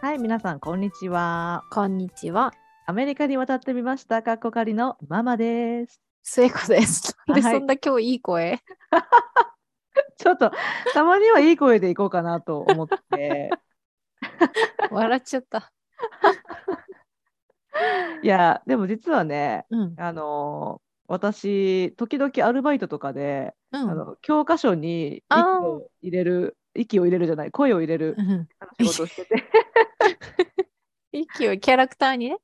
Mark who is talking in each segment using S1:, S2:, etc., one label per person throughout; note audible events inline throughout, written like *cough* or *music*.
S1: はい、皆さん、こんにちは。
S2: こんにちは。
S1: アメリカに渡ってみました、かっこかりのママです。
S2: 末子です。なんで
S1: はい
S2: そんな今日いい声
S1: ちょっと、たまにはいい声でいこうかなと思
S2: *laughs*
S1: って、
S2: 笑っちゃった。
S1: いや、でも実はね、
S2: うん。
S1: あのー私、時々アルバイトとかで、
S2: う
S1: あ
S2: ん。
S1: の教科書に息
S2: あー
S1: を入れる、息を入れるじゃない、声を入れる
S2: うん
S1: あの仕事をしてて、 *laughs*
S2: 息をキャラクターにね。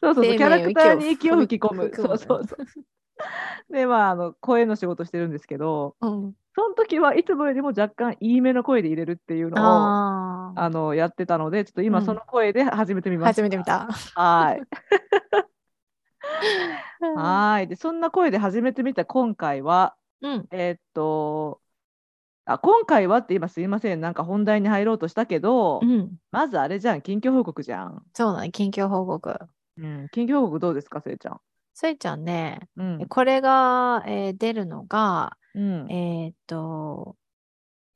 S1: そうそうそう、
S2: 生
S1: キャラ
S2: 命を
S1: クターに息を吹き込む。
S2: 息
S1: そ
S2: を
S1: う
S2: 吹き込
S1: そ
S2: む
S1: うそう。で、まあ、あの声の仕事してるんですけど、
S2: うん。
S1: その時はいつもよりも若干いいめの声で入れるっていうのを。
S2: ああ。
S1: あのやってたので、ちょっと今
S2: うん
S1: その声で始めてみました。
S2: 初めて見た。 *laughs*
S1: はーい。
S2: うん
S1: はーい。で、そんな声で始めてみた今回は、
S2: うん。
S1: えーっと、あ、今回はって今すいません。なんか本題に入ろうとしたけど、
S2: うん。
S1: まずあれじゃん、近況報告じゃん。
S2: そうだね。近況報告。
S1: うん、近況報告どうですか、せいちゃん。
S2: スイちゃんね、
S1: うん。
S2: これが、えー出るのが、
S1: うん
S2: え、ーっと、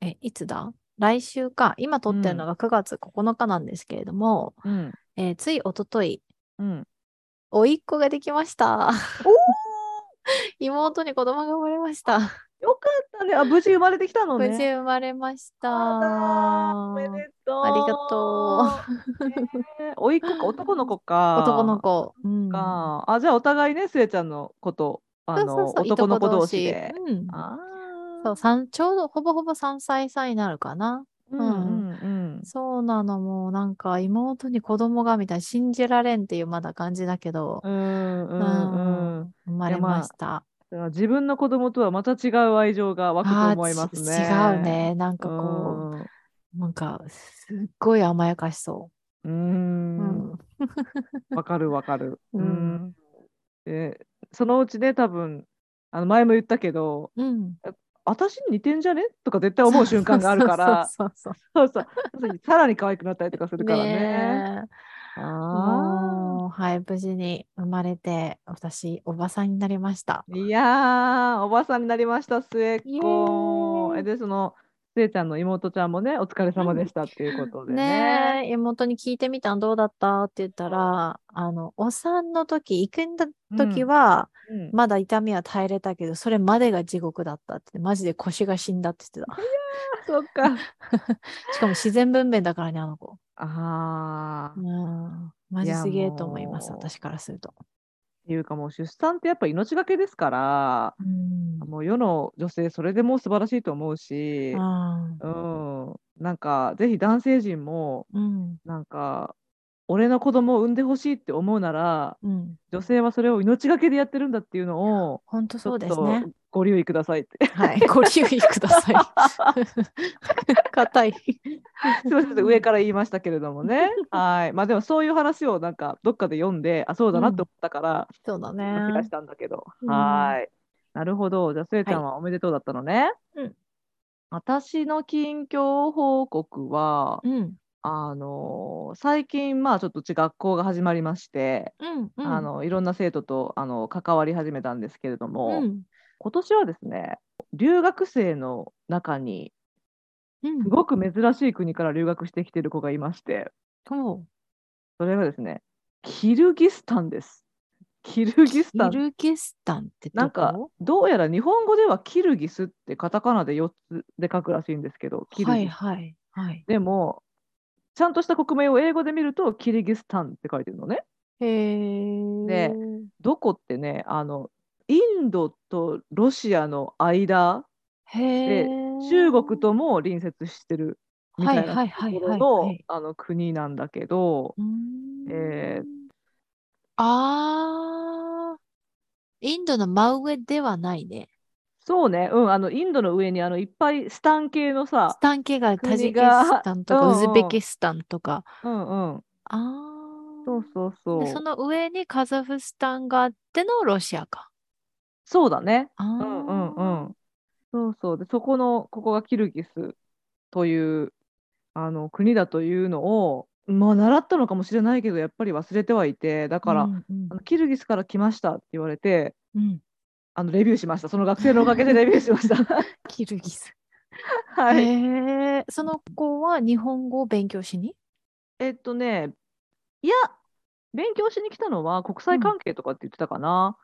S2: え、いつだ来週か。今撮ってるのが9月9日なんですけれども、
S1: うん。
S2: えーつい一昨日
S1: うん。
S2: おいっ子ができました。 *laughs* 妹に子供が生まれました。
S1: よかったね。あ、無事生まれてきたの
S2: 無
S1: ね。
S2: 事生まれまし
S1: あ
S2: た。
S1: らーおめでとう。
S2: ありがと
S1: う。おいっ子か、男の子か。
S2: *laughs* 男の子。うん
S1: か、あじゃあお互いねすえちゃんのことあ
S2: そう
S1: の
S2: そうそう
S1: 男の子同士
S2: い
S1: で
S2: とこ。同士うん
S1: あ
S2: そう
S1: あ
S2: さんちょうどほぼほぼ3歳差になるかな。
S1: うんうんうん
S2: そうなのもうなんか妹に子供がみたいな信じられんっていうまだ感じだけど、
S1: うんう
S2: うん
S1: うん
S2: 生ま
S1: いや
S2: れ
S1: まあ
S2: ました。
S1: だから自分の子供とはまた違う愛情が湧くと
S2: ー
S1: 思いますね。
S2: ち違うね。なんかこう、なんかすっごい甘やかしそ
S1: うん。
S2: う。
S1: うーん。わかるわかる。
S2: *laughs* うん
S1: うん。でそのうちね多分あの前も言ったけど
S2: うん。うん
S1: 私に似てんじゃねとか絶対思う瞬間があるから
S2: そうそうそう
S1: そうそうさらに可愛くなったりとかす
S2: そう
S1: るからね。
S2: ねえ
S1: ああ。
S2: もうはい無事に生まれて私おばさんになりました
S1: いやー、おばさんになりました、末っ子
S2: イ。エーイ
S1: えで、その、末ちゃんの妹ちゃんもね、お疲れ様でしたっていうことでね。
S2: ねえ妹に聞いてみたんどうだったって言ったらあのお産の時行くんだ時は、
S1: うん
S2: まだ痛みは耐えれたけどそれまでが地獄だったってマジで腰が死んだって言って
S1: そっ
S2: *laughs*
S1: か。
S2: たしかも自然分娩だからねあの子
S1: あ
S2: う
S1: ー、っ
S2: んマジすげえと思います
S1: いやもう
S2: 私からすると
S1: ていうかもう出産ってやっぱ命がけですから、
S2: うん
S1: もう世の女性、それでもう素晴らしいと思うし、
S2: あー
S1: うん、なんか、ぜひ男性陣も、
S2: うん
S1: なんか、俺の子供を産んでほしいって思うなら、
S2: うん
S1: 女性はそれを命がけでやってるんだっていうのを、
S2: 本当
S1: ちょ
S2: そ
S1: っ
S2: うです
S1: と
S2: ね
S1: ご留意くださいって。
S2: はい、ご留意くだ
S1: *laughs*
S2: さい。硬
S1: *laughs*
S2: い。
S1: すみません、ちょっと上から言いましたけれども
S2: *laughs*
S1: ね。はい。まあでもそういう話をなんかどっかで読んで、あ、そうだなって思ったから、
S2: そうだ
S1: 気がし
S2: ね。
S1: たんだけど。
S2: うん
S1: はーい。なるほど。じゃあ、すえちゃんははおめでとうだったのね。
S2: うん
S1: 私の近況報告は、
S2: うん、
S1: あのー最近、まあちょっとうち学校が始まりまして、
S2: うん、うん。
S1: あ、のいろんな生徒とあの関わり始めたんですけれど
S2: う
S1: も、
S2: ん、
S1: 今年はですね、留学生の中に、
S2: うん
S1: す。ごく珍しい国から留学してきてる子がいまして、
S2: お
S1: それはですね、キルギスタンです。キルギスタ
S2: キ
S1: ン。
S2: ルギスタンってどこ
S1: なんか、どうやら日本語ではキルギスってカタカナで4つで書くらしいんですけど、キルギス。
S2: はい、はい、はい。
S1: でも、ちゃんとした国名を英語で見ると、キルギスタンって書いてるのね。
S2: へえ。
S1: でどこってね、あの、インドとロシアの間、
S2: へえ。
S1: 中国とも隣接してるみたい
S2: は
S1: ない
S2: はい
S1: とこ
S2: は
S1: ろ
S2: い
S1: の,、
S2: はいはい
S1: あの国なんだけど、
S2: うーん
S1: えー
S2: あー。インドの真上ではないね。
S1: そうね、うん、あのインドの上にあのいっぱいスタン系のさ
S2: ス、タン系がタジ
S1: 国
S2: キ
S1: が
S2: スタンとか
S1: うんう
S2: ウ
S1: ん
S2: ズベキスタンとか。
S1: うんうん、
S2: あー。
S1: そうそうそう。
S2: でその上にカザフスタンがあってのロシアか。
S1: そうだね。
S2: あ
S1: う
S2: ー
S1: んうんうん。そうそう。で、そこの、ここがキルギスというあの国だというのを、まあ、習ったのかもしれないけど、やっぱり忘れてはいて、だから、
S2: うんうん
S1: あのキルギスから来ましたって言われて、
S2: うん
S1: あのレビューしました。その学生のおかげでレビューしました。
S2: *laughs* キルギス。
S1: はい。
S2: へえその子は日本語を勉強しに
S1: えっとね、いや、勉強しに来たのは国際関係とかって言ってたかな。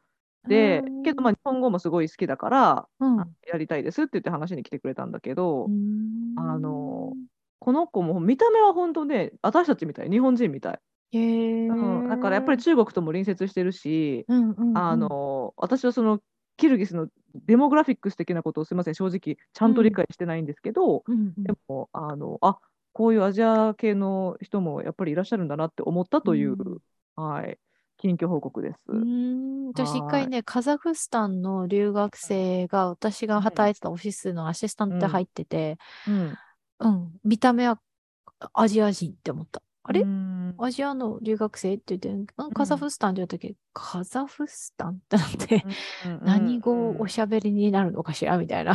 S1: で、けど、まあ、日本語もすごい好きだから、
S2: うん、
S1: やりたいですって言って話しに来てくれたんだけど、
S2: うん
S1: あのこの子も見た目は本当ね、私たちみたい、日本人みたい。
S2: へえ、
S1: うん、だからやっぱり、中国とも隣接してるし、
S2: うんうんうん、
S1: あの私はそのキルギスのデモグラフィックス的なことをすみません正直ちゃんと理解してないんですけど、
S2: うんうん、
S1: でもあのあこういうアジア系の人もやっぱりいらっしゃるんだなって思ったという、はい、近況報告です。
S2: うーん私一
S1: はーい
S2: 回ね、カザフスタンの留学生が、私が働いてたオフィスのアシスタントで入ってて、
S1: うん、
S2: うん、見た目はアジア人って思った。あれ、
S1: うん
S2: アジアの留学生って言ってる、うん、カザフスタンって言った時、カザフスタンってなって、何語をおしゃべりになるのかしらみたいな。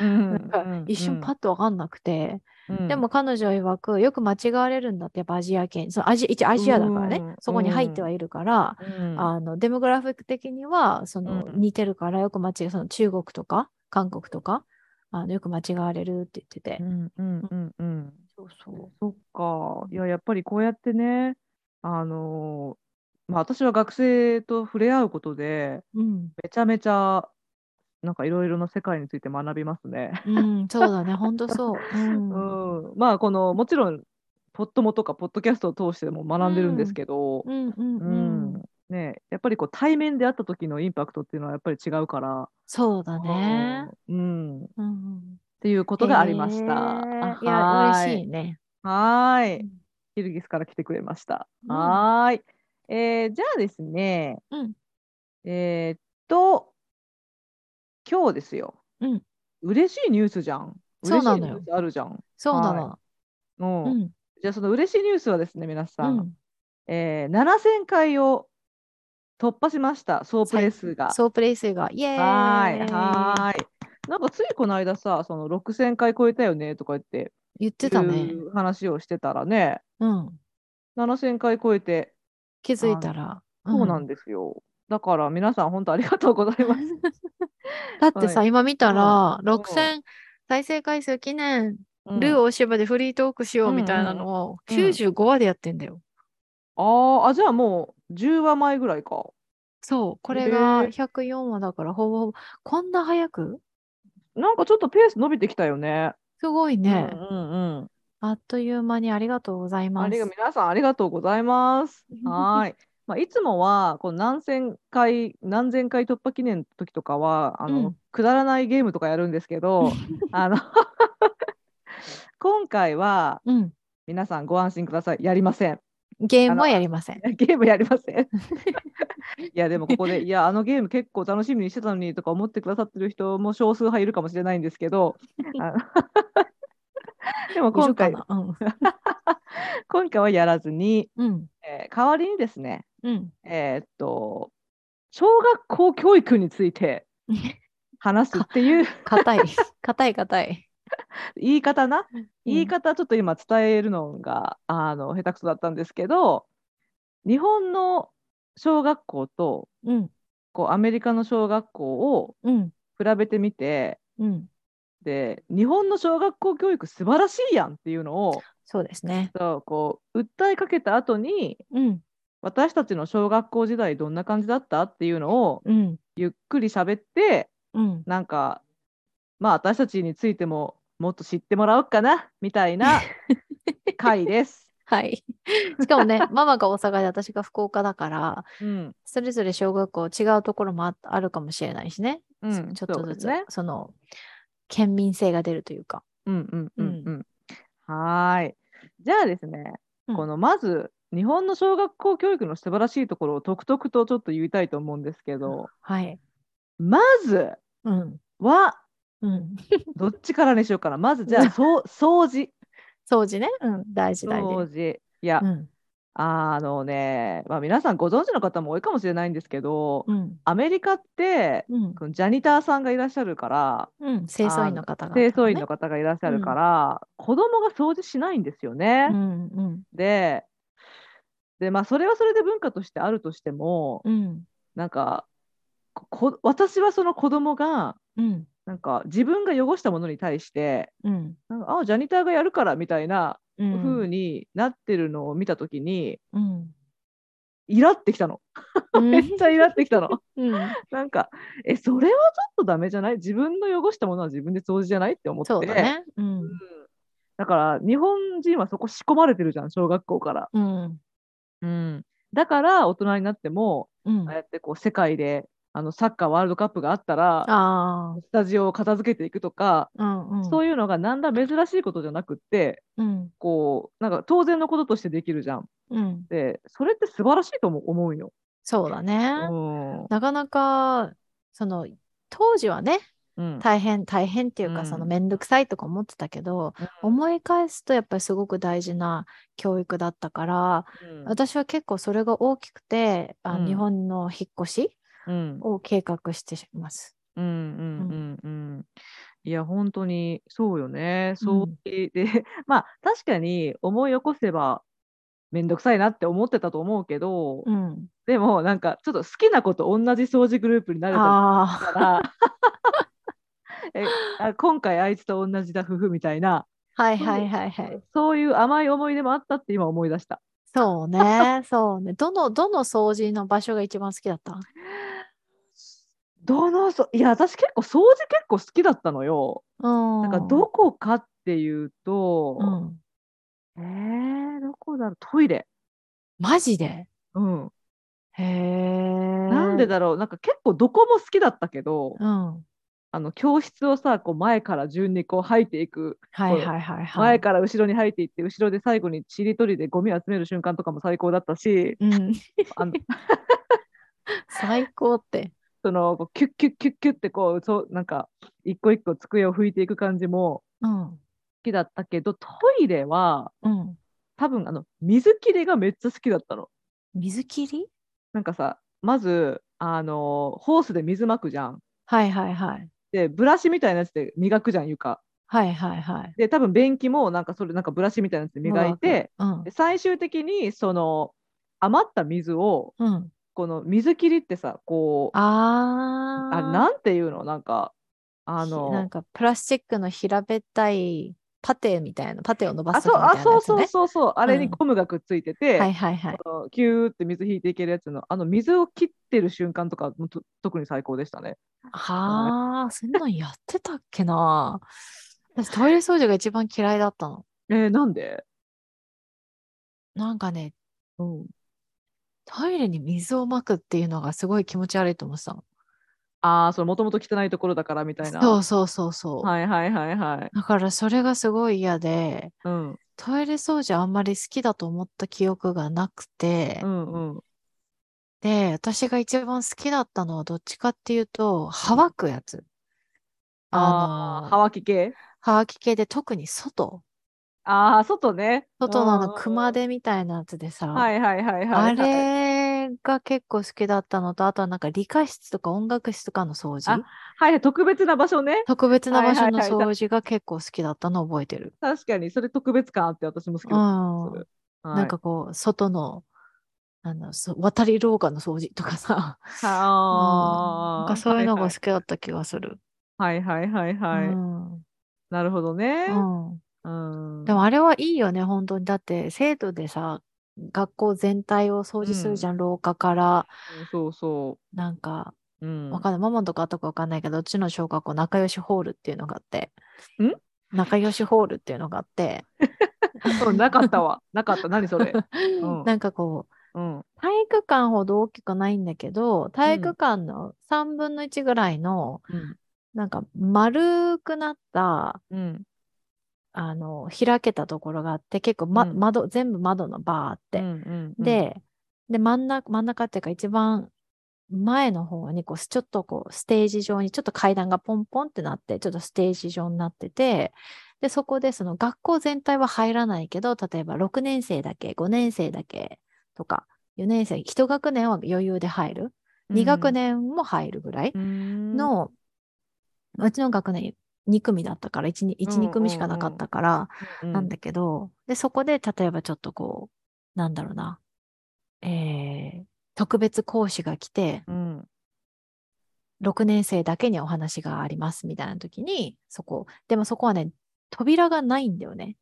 S1: うん
S2: なんか
S1: うん
S2: 一瞬パ
S1: ッ、
S2: ッとわかんなくて、
S1: うん
S2: でも、彼女曰くよく間違われるんだってやっぱアジア圏そのアジ一応アジアだからね、
S1: うん
S2: そこに入ってはいるから、
S1: うん
S2: あのデモグラフィック的にはその
S1: うん
S2: 似てるからよく間違えその中国とか韓国とかあのよく間違われるって言ってて
S1: う。んうんうんうん
S2: そうそ
S1: そっか、いや、やっぱりこうやってね、あのーまあ、私は学生と触れ合うことで、
S2: う。うん。
S1: めちゃめちゃ、なんかいろいろな世界について学びますね。
S2: うん、そうだね、ほんとそう。うん。
S1: うん、まあ、この、もちろん、ポットモとか、ポッドキャストを通しても学んでるんですけど、
S2: うんうん
S1: う
S2: うん。
S1: んね、やっぱりこう対面で会った時のインパクトっていうのはやっぱり違うから、
S2: そうだね。
S1: うん、っ
S2: うんうん。
S1: ていうことがありました。
S2: えーいや、
S1: はー
S2: 嬉しいね。
S1: はー
S2: う
S1: い
S2: ん。
S1: キルギスから来てくれました。
S2: うん
S1: はーい。えーじゃあですね、
S2: うん
S1: えーっと、今日ですよ。
S2: うん
S1: 嬉しいニュースじゃん。
S2: そうなのよ
S1: 嬉しいニュースあるじゃん。
S2: そうなの。
S1: うん
S2: うん。
S1: じゃあその嬉しいニュースはですね、皆
S2: う
S1: さん、
S2: ん。
S1: えー7000回を突破しました、総プレイ数が。
S2: ソープレイスが、イエーイ
S1: はーい。はーい。なんかついこの間さ、その6000回超えたよねとか言って、
S2: 言ってたね
S1: い。う話をしてたらね、
S2: うん。
S1: 7000回超えて、
S2: 気づいたら。
S1: そうなん
S2: だ。
S1: ですよ。だから皆さん本当ありがとうございます。
S2: だってさ、
S1: はい
S2: 今見たら、
S1: うん
S2: 6000再生回数記念
S1: *laughs* うん
S2: ルー大芝でフリートークしようみたいなのを95話でやってんだよ。
S1: あーあ、じゃあもう10話前ぐらいか。
S2: そう、これ
S1: へ
S2: が
S1: え
S2: 104話だから、ほぼほぼ、こんな早く
S1: なんかちょっとペース伸びてきたよね。
S2: すごいね、
S1: うんうんうん
S2: あっという間にありがとうございま
S1: あ
S2: す。
S1: りが皆さんありがとうございます。 *laughs* はーい。まあ、いつもはこう何千回何千回突破記念の時とかはあの、
S2: うん
S1: くだらないゲームとかやるんですけ *laughs* どあの今回は
S2: うん。
S1: 皆さんご安心くださいやりません。
S2: ゲームはやりません。
S1: *laughs* ゲームやりません。いや、でもここ *laughs* で、いや、あのゲーム結構楽しみにしてたのにとか思ってくださってる人も少数派いるかもしれないんですけ *laughs* ど、あのでも今
S2: いるか
S1: 回、
S2: なうん。
S1: 今回はやらずに、
S2: うん。
S1: えー代わりにですね、
S2: うん。
S1: えーっと、小学校教育について話すっていう
S2: *laughs* 硬い。硬い硬い。
S1: 言い方な、言い
S2: うん
S1: 方ちょっと今伝えるのが、あの、下手くそだったんですけど、日本の小学校と、
S2: うん。
S1: こうアメリカの小学校を
S2: うん。
S1: 比べてみて
S2: うん。
S1: で日本の小学校教育素晴らしいやんっていうのを
S2: そうですね。
S1: そうこう訴えかけた後に
S2: うん。
S1: 私たちの小学校時代どんな感じだったっていうのを
S2: うん。
S1: ゆっくり喋って
S2: うん。
S1: なんかまあ私たちについてももっと知ってもらおうかなみたいな回です。
S2: はい。しかもね、 *laughs* ママが大阪で私が福岡だから、
S1: うん
S2: それぞれ小学校違うところもああるかもしれないしね。
S1: うん
S2: そ *laughs* ちょっと
S1: そうで
S2: ず
S1: す
S2: つ、
S1: ね
S2: その、県民性が出るというか。
S1: うんうんうんうん。はーい。じゃあですね、
S2: うん
S1: このまず日本の小学校教育の素晴らしいところをとくとくとちょっと言いたいと思うんですけど、
S2: はい。
S1: まず
S2: うん。
S1: は
S2: うん。
S1: どっちからにしようかな。まずじゃあそう掃除。
S2: 掃除ね。うん。大事大
S1: 掃
S2: 事。
S1: 除。いや、
S2: うん。
S1: あのね、まあ、皆さんご存知の方も多いかもしれないんですけど、
S2: うん。
S1: アメリカって
S2: うん。
S1: このジャニターさんがいらっしゃるから、
S2: うん。清掃員の方が、
S1: 清掃員の。方がいらっしゃるから、子供が掃除しないんですよね。
S2: うん。うん。
S1: でで、まあ、それはそれで文化としてあるとしても、
S2: うん。
S1: なんかここ私はその子供が
S2: うん。
S1: なんか自分が汚したものに対して
S2: うん。
S1: なんかあジャニターがやるからみたいな
S2: うん
S1: 風になってるのを見た時に、
S2: うん。
S1: イラってきたの。めっちゃイラってきたの。 *laughs*
S2: うん。
S1: なんか、え、それはちょっとダメじゃない自分の汚したものは自分で掃除じゃないって思って。
S2: そうだね。うん
S1: うん。だから、日本人はそこ仕込まれてるじゃん、小学校から。
S2: うん。
S1: うん。だから、大人になっても、
S2: うん
S1: ああ。やってこう、世界で、あの、サッカーワールドカップがあったら、
S2: あ
S1: スタジオを片付けていくとか、
S2: あ。うん。うん。
S1: そういうのがなんだ珍しいことじゃなくって、
S2: うん。
S1: こう、なんか当然のこととしてできるじゃん。
S2: うん。
S1: で、それって素晴らしいとも思うよ。
S2: そうだね。
S1: うん。
S2: なかなか、その、当時はね、
S1: うん。
S2: 大変大変っていうか、
S1: うん
S2: そのめんどくさいとか思ってたけど、
S1: うん
S2: 思い返すとやっぱりすごく大事な教育だったから、私は結構それが大きくて、あ
S1: うん
S2: 日本の引っ越し
S1: うん。
S2: を計画しています。
S1: うんうんうんうん。いや、本当にそうよね。そうで、 *laughs* まあ確かに思い起こせばめんどくさいなって思ってたと思うけど、
S2: うん、
S1: でもなんかちょっと好きなこと同じ掃除グループになれた
S2: あ
S1: から *laughs* えあ今回あいつと同じだ夫婦みたいな、
S2: あはいはいはいはい。
S1: そういう甘い思い出もあったって今思い出した。
S2: そうねそうね。どのどの掃除の場所が一番好きだった
S1: どのそいや私結構掃除結構好きだったのよ。
S2: うん。
S1: なんかどこかっていうと、
S2: うん、
S1: えー、どこだろうトイレ。
S2: マジで
S1: うん、
S2: へえ。
S1: なんで
S2: だ
S1: だろうなんか結構どこも好きだったけど、
S2: うん。は
S1: あの教室をさこう前から順にこう入っていく
S2: いはいはいは
S1: 前
S2: い。
S1: から後ろに入っていって後ろで最後にちりとりでゴミ集める瞬間とかも最高だったし
S2: うん、
S1: あの
S2: *laughs* 最高って。
S1: そのこうキュッキュッキュッキュッってこうそうなんか一個一個机を拭いていく感じも
S2: うん。
S1: 好きだったけどトイレは
S2: うん。
S1: 多分あの水切りがめっちゃ好きだったの。
S2: 水切り
S1: なんかさまずあのホースで水まくじゃん。
S2: はいはいはい。
S1: でブラシみたいなやつで磨くじゃん床。
S2: はいはいはい。
S1: で多分便器もなんかそれなんかブラシみたいなやつで磨いて
S2: うん
S1: で。最終的にその余った水を
S2: うん。
S1: この水切りってさこう
S2: あー
S1: あれなんていうのなんかあ
S2: ひなん
S1: の
S2: かプラスチックの平べったいパテみたいな、パテを伸ば
S1: あ
S2: す
S1: そう
S2: 時みたいな
S1: あ
S2: や
S1: そう
S2: つ
S1: そう
S2: ね。
S1: そうそうあれ
S2: う
S1: に
S2: ん
S1: ゴムがくっついてて、
S2: はいはいはい。
S1: あのキューって水引いていけるやつのあの水を切ってる瞬間とかもと特に最高でしたね。
S2: はあ、そんなんやってたっけ
S1: *laughs*
S2: な。私トイレ掃除が一番嫌いだったの。
S1: えー、なんで、
S2: なんかね、
S1: うん、
S2: トイレに水をまくっていうのがすごい気持ち悪いと思ってたの。
S1: ああそれもともと汚いところだからみたいな。
S2: そうそうそうそう。
S1: はいはいはいはい。
S2: だからそれがすごい嫌で、
S1: うん
S2: トイレ掃除あんまり好きだと思った記憶がなくて、
S1: うんうん。
S2: で、私が一番好きだったのはどっちかっていうと、はわくやつ。あ
S1: ああ
S2: の
S1: ー、はわき系
S2: はわき系で特に外、
S1: ああ、外ね。
S2: 外のあの
S1: うん
S2: 熊手みたいなやつでさ、
S1: はいはいはいは
S2: あ
S1: いはい。
S2: れが結構好きだったのと、あとはなんか理科室とか音楽室とかの掃除、
S1: はいはい、特別な場所ね。
S2: 特別な
S1: はい
S2: 場所
S1: はい
S2: の
S1: はい
S2: 掃除が結構好きだったのを覚えてる。
S1: 確かに、それ特別感あって私も好き
S2: う
S1: だ
S2: ん。
S1: するはい
S2: なんかこう、外の、あの、そ渡り廊下の掃除とかさ、うんなん
S1: はあ
S2: かそういうのが好きだった気がする。
S1: はいはいはいはいはい。
S2: うん
S1: なるほどね。
S2: うん
S1: うん。
S2: でもあれはいいよね、本当に。だって生徒でさ、学校全体を掃除するじゃん、廊下から、
S1: うんそうそ
S2: なんか、
S1: う。うん。
S2: わかんない、ママのとかあったかわかんないけど、うちの小学校、仲良しホールっていうのがあって、
S1: ん
S2: 仲良しホールっていうのがあって、
S1: *laughs* うんなかったわ。なかった。何そ
S2: *laughs*
S1: れ。うん
S2: なんかこ
S1: う
S2: う、
S1: ん。
S2: 体育館ほど大きくないんだけど、体育館の3分の1ぐらいの、
S1: うん。
S2: なんか丸くなった、
S1: うん。
S2: あの、開けたところがあって、結構、ま、
S1: うん
S2: 窓、全部窓のバーって
S1: う、ん、うん、
S2: で、で真ん中、真ん中っていうか一番前の方にこう、ちょっとこう、ステージ上に、ちょっと階段がポンポンってなって、ちょっとステージ上になってて、で、そこでその学校全体は入らないけど、例えば6年生だけ、5年生だけとか、4年生、1学年は余裕で入る。2学年も入るぐらい
S1: うん
S2: の、うちの学年2組だったから、1、
S1: うんうん
S2: 2
S1: うん
S2: 組しかなかったから、
S1: うん
S2: なんだけど、で、そこで、例えばちょっとこう、なんだろうな、えー特別講師が来て、
S1: うん。
S2: 6年生だけにお話がありますみたいな時に、そこ、でもそこはね、扉がないんだよね。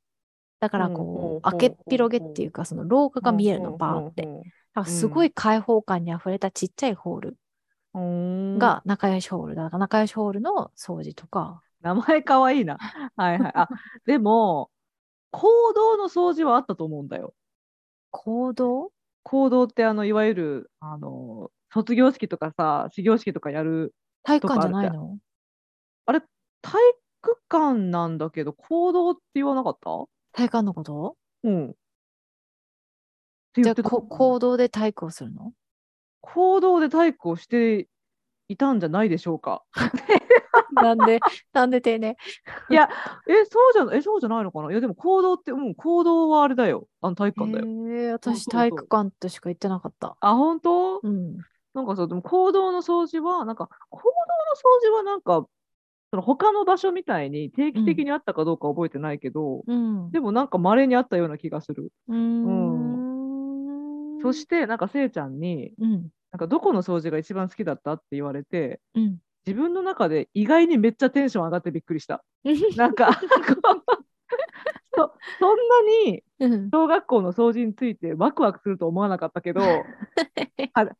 S2: だから
S1: ほうほうほ
S2: こ
S1: う
S2: う、開けっ広げっていうか、その廊下が見えるの、バーって。だ
S1: ほう
S2: からすごい開放感にあふれたちっちゃいホール
S1: ほうほう、
S2: が仲良しホールだから、仲良しホールの掃除とか。
S1: 名前かわい
S2: *laughs*
S1: いな。はいはい。あ、でも、行動の掃除はあったと思うんだよ。
S2: 行動
S1: 行動って、あの、いわゆる、あの、卒業式とかさ、始業式とかやる、
S2: 体育館じゃないの
S1: 体育館なんだけど、行動って言わなかった
S2: 体育館のこと
S1: うん。って
S2: じ
S1: 言
S2: ゃ
S1: って
S2: あ
S1: た
S2: こ行動で体育をするの
S1: 行動で体育をしていたんじゃないでしょうか。
S2: *laughs* なんで、なんで丁寧。
S1: え、そうじゃな、え、そうじゃないのかな。いや、でも行動って、うん、行動はあれだよ。あの体育館だよ。
S2: え
S1: そう
S2: 私
S1: そう
S2: 体育館としか行ってなかった。
S1: あ、本当？
S2: うん。
S1: なんかそう、でも行動の掃除は、なんか行動の掃除はなんか。その他の場所みたいに定期的にあったかどうか覚えてないけど、
S2: うん。
S1: でもなんか稀にあったような気がする。
S2: うーん。
S1: そしてなんかせいちゃんに
S2: うん。
S1: なんかどこの掃除が一番好きだったって言われて、
S2: うん。
S1: 自分の中で意外にめっちゃテンション上がってびっくり
S2: *laughs*
S1: した。なんかこうそそんなに
S2: うん。
S1: 小学校の掃除についてワクワクすると思わなかったけ
S2: *laughs*
S1: どは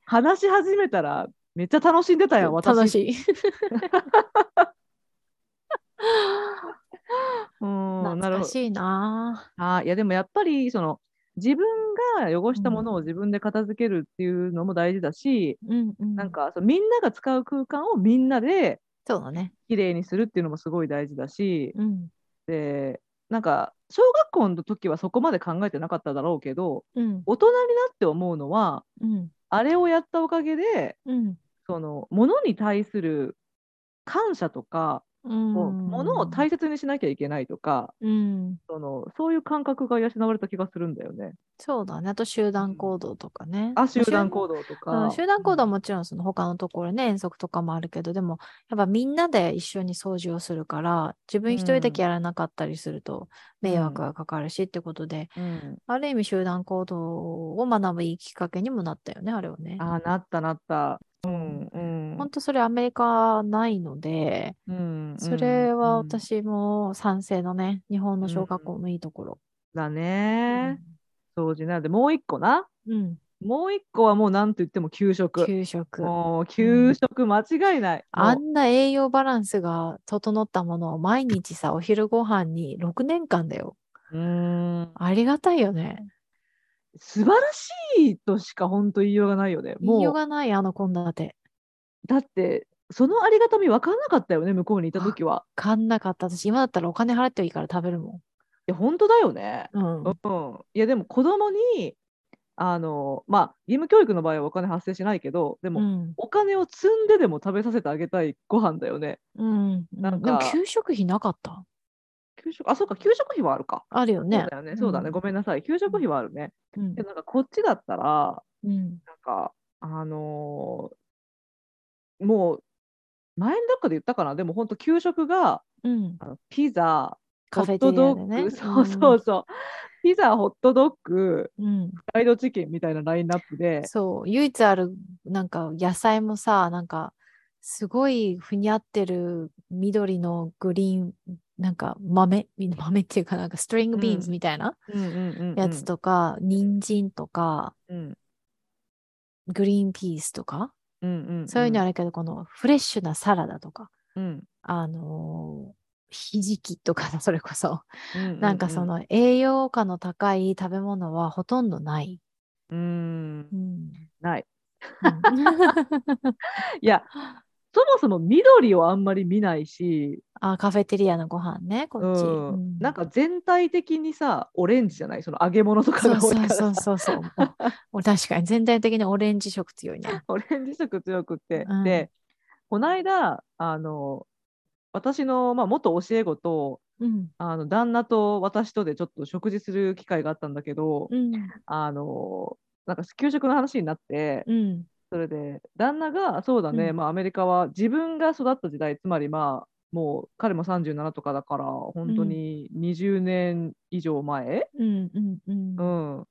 S1: 話し始めたらめっちゃ楽しんでたやん私
S2: 楽しい。 *laughs*
S1: うんなるほ
S2: 懐
S1: ど
S2: かしいな
S1: あーいやでもやっぱりその自分が汚したものを自分で片付けるっていうのも大事だし、
S2: ぁ。うんうん。
S1: なんかそのみんなが使う空間をみんなで
S2: そうだね。
S1: 綺麗にするっていうのもすごい大事だし、
S2: うん。
S1: でなんか小学校の時はそこまで考えてなかっただろうけど
S2: うん。
S1: 大人になって思うのは
S2: うん。
S1: あれをやったおかげで
S2: うん。
S1: その物に対する感謝とか、こう物を大切にしなきゃいけないとか
S2: うん。
S1: そのそういう感覚が養われた気がするんだよね。
S2: そうだね。あと集団行動とかね。
S1: あ集団行動と
S2: う
S1: か。
S2: ん、集団行動はもちろんその他のところね遠足とかもあるけどでもやっぱみんなで一緒に掃除をするから自分一人だけやらなかったりすると迷惑がかかるしってことで、
S1: うん
S2: ある意味集団行動を学ぶいいきっかけにもなったよねあれはね。
S1: あーなったなった。うんうん
S2: 本当それアメリカないので
S1: うん
S2: それは
S1: うん
S2: 私も賛成のね日本の小学校のいいところ。
S1: だ
S2: う
S1: ね
S2: ん、
S1: 掃除なのでもう一個な
S2: うん、
S1: もう一個はもうなんと言っても給食。
S2: 給食
S1: もう給食間違いない。
S2: あんな栄養バランスが整ったものを毎日さお昼ご飯に6年間だよ。
S1: もううん
S2: ありがたいよね。
S1: 素晴らしいとしか本当言いようがないよね。
S2: 言いよ
S1: もう
S2: うがない、あの献立。
S1: だってそのありがたみ分かんなかったよね向こうにいた時は。
S2: 買んなかった。私、今だったらお金払ってもいいから食べるも
S1: いや本当だよね。
S2: ん。うん。
S1: うん、いやでも子供にあのまあ義務教育の場合はお金発生しないけどでも、
S2: うん。
S1: お金を積んででも食べさせてあげたいご飯だよね。
S2: うん。
S1: なん
S2: で
S1: か
S2: も、給食費なかった
S1: 給食あそうか給食費はあるか。
S2: あるよ
S1: そ
S2: ね
S1: う。だよねそうだね、
S2: うん
S1: ごめんなさい給食費はあるね。
S2: うん
S1: で。なんかこっちだったら
S2: うん。
S1: なんかあのーもう前のどっかで言ったかなでも本当給食が
S2: うん。
S1: あのピザ
S2: カフェテリアで
S1: ホ
S2: ね。
S1: ットドッグ、そうそうそう、ピザ、ホットドッグ、
S2: うん。うん。
S1: フライドチキンみたいなラインナップで、
S2: そう。唯一ある、なんか、野菜もさ、なんか、すごいふにゃってる緑のグリーン、なんか豆、豆っていうか、なんかストリングビーンズみたいなやつとか、人参とか、
S1: うん、
S2: グリーンピースとか、
S1: うんうんうん、
S2: そういうのあるけど、このフレッシュなサラダとか、
S1: うん
S2: あのーひじきとかさそれこそ、
S1: ううう
S2: なんかそ、の栄養価の高い食べ物はほとんどない。
S1: うん
S2: う、ん
S1: ない。 *laughs*
S2: うん
S1: いや、そもそも緑をあんまり見ないし、
S2: あカフェテリアのご飯ね、こっち。
S1: うん
S2: うん
S1: なんか全体的にさ、オレンジじゃない、その揚げ物とか
S2: そ
S1: が
S2: う
S1: 多い
S2: そ
S1: か
S2: う
S1: らさ
S2: そうそうそう。お確かに全体的にオレンジ色強いね。
S1: *laughs* オレンジ色強くって、
S2: うん
S1: でこの間あの私の、まあ、元教え子と
S2: うん。
S1: あの旦那と私とでちょっと食事する機会があったんだけど、
S2: うん。
S1: あのなんか給食の話になって、
S2: うん。
S1: それで旦那がそうだね、
S2: うん
S1: まあ、アメリカは自分が育った時代つまりまあもう彼も37とかだから本当に20年以上前、
S2: うん。うん。うん
S1: う。ん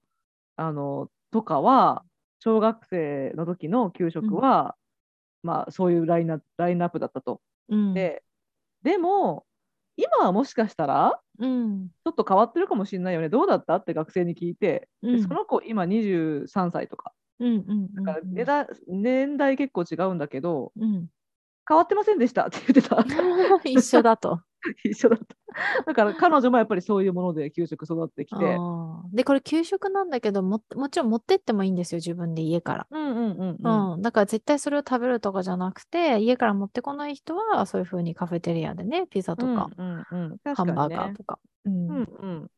S1: あのとかは小学生の時の給食は、まあ、そういうラインナラインナップだったと。
S2: うん。
S1: ででも今はもしかしたら
S2: うん。
S1: ちょっと変わってるかもしれないよねどうだったって学生に聞いて、
S2: うん。
S1: その子今23歳とか
S2: うんうんうん
S1: だから
S2: うん
S1: 値段年代結構違うんだけど
S2: うん。
S1: 変わってませんでしたって言ってた *laughs*
S2: 一緒だと。
S1: 一緒だっただから彼女もやっぱりそういうもので給食育ってき
S2: あ
S1: て
S2: ーで、これ給食なんだけども、もちろん持ってってもいいんですよ、自分で家から。
S1: うんうんうんうん
S2: うん、だから絶対それを食べるとかじゃなくて家から持ってこない人はそういう風にカフェテリアでねピザとか、
S1: うんうんうん、
S2: ハ
S1: 確か
S2: ンバ
S1: に
S2: ーガー
S1: ね
S2: とか、うん
S1: うんうん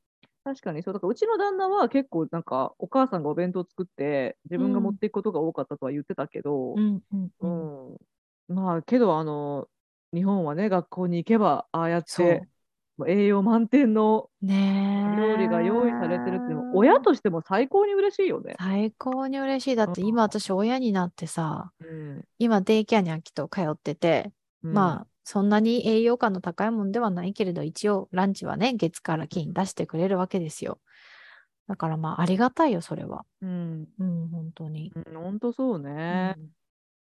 S1: 確かにそうだからうちの旦那は結構なんかお母さんがお弁当作って自分が持っていくことが多かったとは言ってたけど、
S2: うんうんうん
S1: うんまあけどあの日本はね学校に行けばああやっ
S2: そう
S1: てもう栄養満点の
S2: ねえ
S1: 料理が用意されてるっていうのは親としても最高に嬉しいよね。
S2: 最高に嬉しいだって今私親になってさ
S1: うん
S2: 今デイキャニャンきと通ってて、まあそんなに栄養価の高いもんではないけれど一応ランチはね月から金出してくれるわけですよだからまあありがたいよそれは
S1: うん、
S2: うん本当に、
S1: うん、ほんとそう
S2: う
S1: ね。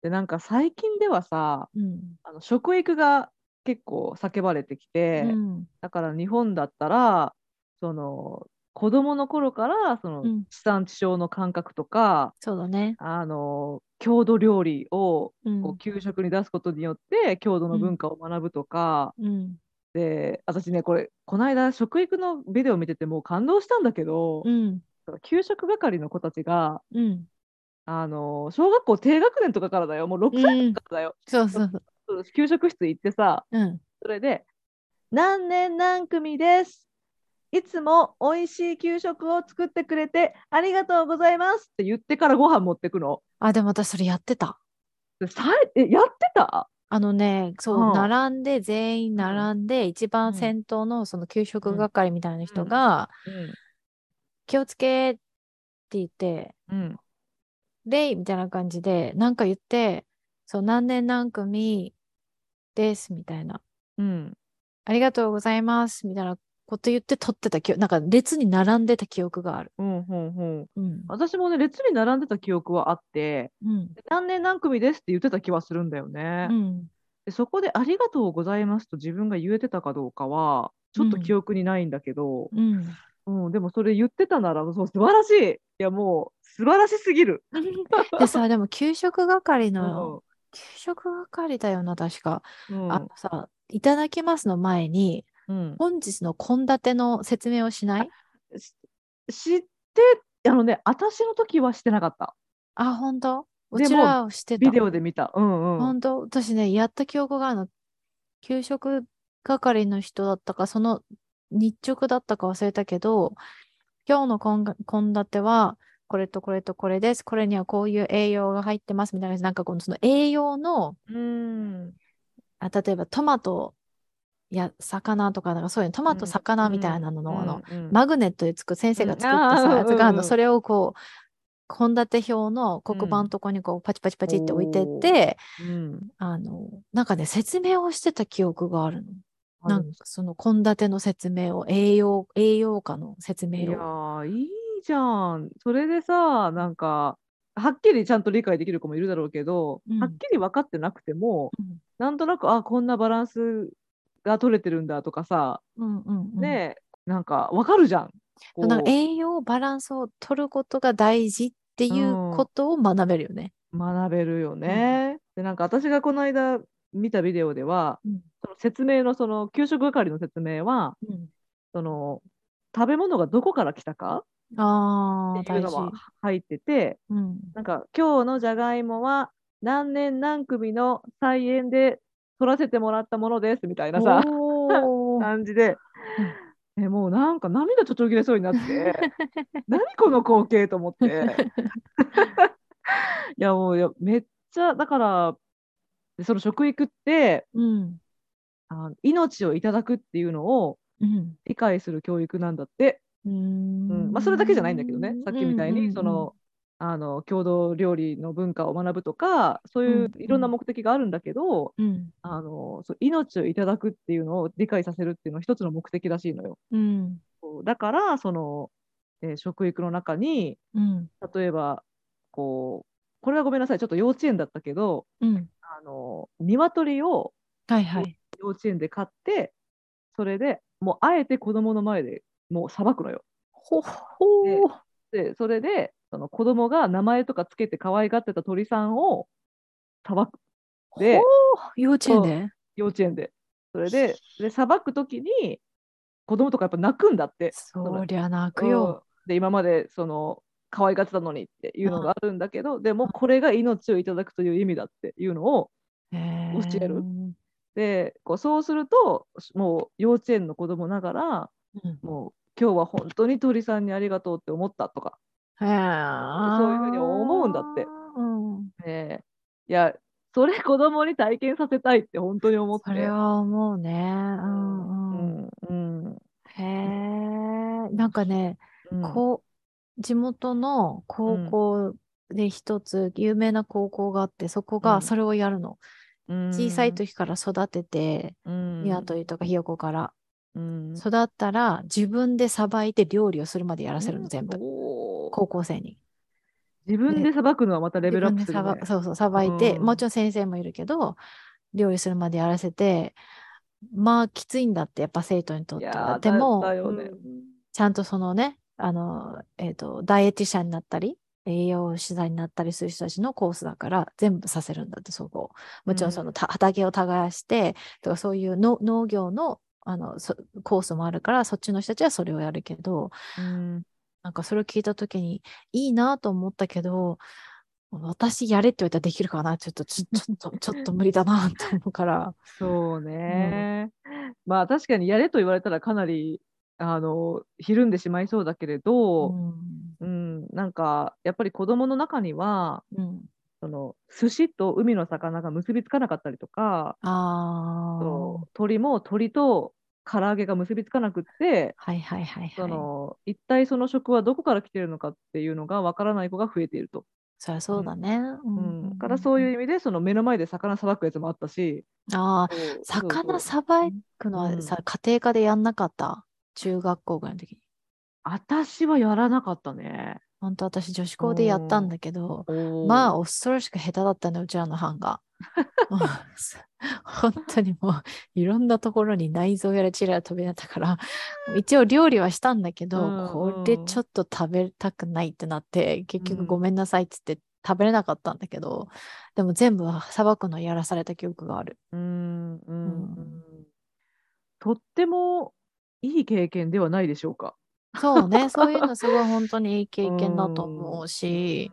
S1: でなんか最近ではさ
S2: んうん
S1: あの食育が結構叫ばれてきて、
S2: うん
S1: だから日本だったらその子供の頃からその
S2: うん
S1: 地産地消の感覚とか、
S2: そうだね、
S1: あの郷土料理を
S2: うん
S1: こう給食に出すことによって郷土の文化を学ぶとか、
S2: うん
S1: で私ねこれこの間食育のビデオ見ててもう感動したんだけど、
S2: うん
S1: 給食係の子たちが
S2: うん
S1: あの小学校低学年とかからだよもう6
S2: う
S1: 歳
S2: ん
S1: とかだよ、
S2: そうそうそう。
S1: 給食室行ってさ
S2: うん。
S1: それで「何年何組です」いつも美味しい給食を作ってくれてありがとうございますって言ってからご飯持ってくの。
S2: あ、でも私それやってた。
S1: でさえやってた
S2: あのね、そう、
S1: うん
S2: 並んで、全員並んで、一
S1: うん
S2: 番先頭のその給食係みたいな人
S1: うん
S2: が、気をつけって言って、
S1: うん、
S2: レイみたいな感じで、なんか言って、そう、何年何組ですみたいな、
S1: うん
S2: ありがとうございますみたいなこと言って取ってた記憶、なんか列に並んでた記憶がある。
S1: うんうんうん、
S2: うん。
S1: 私もね列に並んでた記憶はあって
S2: うん。
S1: 何年何組ですって言ってた気はするんだよね、
S2: うん。
S1: でそこで「ありがとうございます」と自分が言えてたかどうかはちょっと記憶にないんだけど、 *laughs*
S2: うん。
S1: うんでもそれ言ってたならそう素晴らしいいやもう素晴らしすぎる。
S2: でさ、でも給食係
S1: う
S2: の、
S1: ん
S2: 給食係だよな、確か。
S1: うん
S2: あのさ、いただきますの前に、
S1: うん、
S2: 本日の献立の説明をしない
S1: し知ってあのね私の時はしてなかった
S2: あ、本当う
S1: で
S2: ちらをしてた。
S1: ビデオで見たうんうん
S2: 本当私ね、やった記憶があるの。給食係の人だったか、その日直だったか忘れたけど、今日のこんが献立は、これとこれとこれです。これにはこういう栄養が入ってます。みたいな感じで、なんかこのその栄養の、
S1: うん
S2: あ例えばトマトや魚とか、なんかそういうのトマト、魚みたいなのの、あの、
S1: うんうん
S2: マグネットでつく先生が作った
S1: うんあー
S2: さ、やつがある
S1: うんう
S2: の
S1: ん
S2: それをこう献立表の黒板
S1: う
S2: の
S1: ん
S2: とこにこうパチパチパチって置いてって、
S1: うん
S2: あのなんかね説明をしてた記憶があるの。
S1: あ
S2: な
S1: で
S2: ん
S1: も
S2: かその献立の説明を栄養栄養価の説
S1: いや
S2: 明を。
S1: ーいいじゃんそれでさなんかはっきりちゃんと理解できる子もいるだろうけど、
S2: うん
S1: はっきり分かってなくても
S2: うん
S1: なんとなくあこんなバランスが取れてるんだとかさ
S2: うんうんうん
S1: ね、なんか分かるじゃん。こう
S2: なんか栄養バランスを取ることが大事っていうことを学べるよね。
S1: 学べるよね。でなんか私がこの間見たビデオでは
S2: うん
S1: その説明のその給食係の説明は
S2: うん
S1: その食べ物がどこから来たか
S2: ああ
S1: っていう
S2: 大
S1: の
S2: 事。
S1: は入ってて
S2: うん
S1: なんか今日のじゃがいもは何年何組の菜園で取らせてもらったものですみたいなさ *laughs*
S2: おー
S1: 感じで。えもうなんか涙ちょちょぎれそうになって
S2: *laughs*
S1: 何この光景と思っていやもういやめっちゃだからでその食育って
S2: うん
S1: あの命をいただくっていうのを
S2: うん
S1: 理解する教育なんだって、
S2: う
S1: うん
S2: ん
S1: まあ、それだけじゃないんだけどねさっきみたい
S2: うんうんう
S1: に
S2: ん
S1: その、あの郷土料理の文化を学ぶとかそうい
S2: うん
S1: ういろんな目的があるんだけど、
S2: うん
S1: あのそう命をいただくっていうのを理解させるっていうのは一つの目的らしいのよ。
S2: うん
S1: こうだからその、えー食育の中に
S2: うん
S1: 例えばこうこれはごめんなさいちょっと幼稚園だったけど
S2: うん
S1: あの鶏を
S2: はいはい。
S1: 幼稚園で買ってそれでもうあえて子供の前でもうさばくのよ。
S2: ほほ
S1: で
S2: ー
S1: で、それで、その子供が名前とかつけて可愛がってた鳥さんをさばく。で
S2: ほー、幼稚園で
S1: 幼稚園で。それで、で、さばくときに、子供とかやっぱ泣くんだって。
S2: そりゃ泣く
S1: うん
S2: よ。
S1: で、今まで、その、可愛がってたのにっていうのがあるんだけど、でもこれが命をいただくという意味だっていうのを、
S2: 教
S1: 教えるで、こうそうすると、もう幼稚園の子供ながら、もう今日は本当に鳥さんにありがとうって思ったとか、
S2: へー
S1: そういうふうに思うんだって。
S2: うん
S1: ねえいや、それ子供に体験させたいって本当に思って。
S2: それは思うね。うん
S1: う
S2: うん
S1: んうん
S2: へえ、なんかね、
S1: うん
S2: こう、地元の高校で一つ有名な高校があって、そこ
S1: うん
S2: がそれをやるの。
S1: うん
S2: 小さい時から育てて、
S1: うん
S2: 鶏とかひよこから。
S1: うん
S2: 育ったら自分でさばいて料理をするまでやらせるの、全部。
S1: おー
S2: 高校生に。
S1: 自分でさばくのはまたレベルアップす
S2: 自
S1: る、
S2: 分
S1: ね
S2: でさばそうそう、さばいて、
S1: うん
S2: もちろん先生もいるけど、料理するまでやらせて、まあ、きついんだって、やっぱ生徒にとっ
S1: い
S2: て
S1: や
S2: は。
S1: ー
S2: でも、
S1: だだよね
S2: うんちゃんとそのね、あの、えっ、と、ダイエティシャンになったり、栄養士さんになったりする人たちのコースだから、全部させるんだって、そこを。もちろん、その、た畑を耕して、とか、そういうの農業の、あの、そコースもあるから、そっちの人たちはそれをやるけど、
S1: うん
S2: なんかそれを聞いたときに、いいなと思ったけど、私やれって言われたらできるかな、ちょっと、ちょちょっと、ちょっと無理だなと思うから。
S1: そうね、まあ確かにやれと言われたらかなりあのひるんでしまい *laughs* そうだけれ
S2: う
S1: ど、
S2: ん。
S1: うんなんかやっぱり子供の中には
S2: うん、
S1: その寿司と海の魚が結びつかなかったりとか、
S2: ああ。
S1: そう鳥も鳥と唐揚げが結びつかなくって、
S2: はいはいはいは
S1: そ
S2: い。
S1: の一体その食はどこから来てるのかっていうのがわからない子が増えていると。
S2: そりゃそうだね。
S1: う
S2: うん
S1: からそういう意味でその目の前で魚さばくやつもあったし
S2: うん。ああ、魚
S1: さ
S2: さばくの
S1: う
S2: は
S1: ん
S2: さ、家庭科でやんなかった。中学校ぐらいの時に。
S1: 私はやらなかったね。
S2: ほんと私、女子校でやったんだけど、ま
S1: ま
S2: あ、恐ろしく下手だったね、うちらの班
S1: *laughs*
S2: が。うん本当にもう、いろんなところに内臓やらチラやら飛び出たから、一応料理はしたんだけど、
S1: うん
S2: これちょっと食べたくないってなって、結局ごめんなさいっつって食べれなかったんだけど、でも全部さばくのやらされた記憶がある。
S1: うんうん
S2: ん
S1: うんとってもいい経験ではないでしょうか。
S2: そ
S1: *laughs*
S2: うね、そういうのすごい本当にいい経験だと思うし、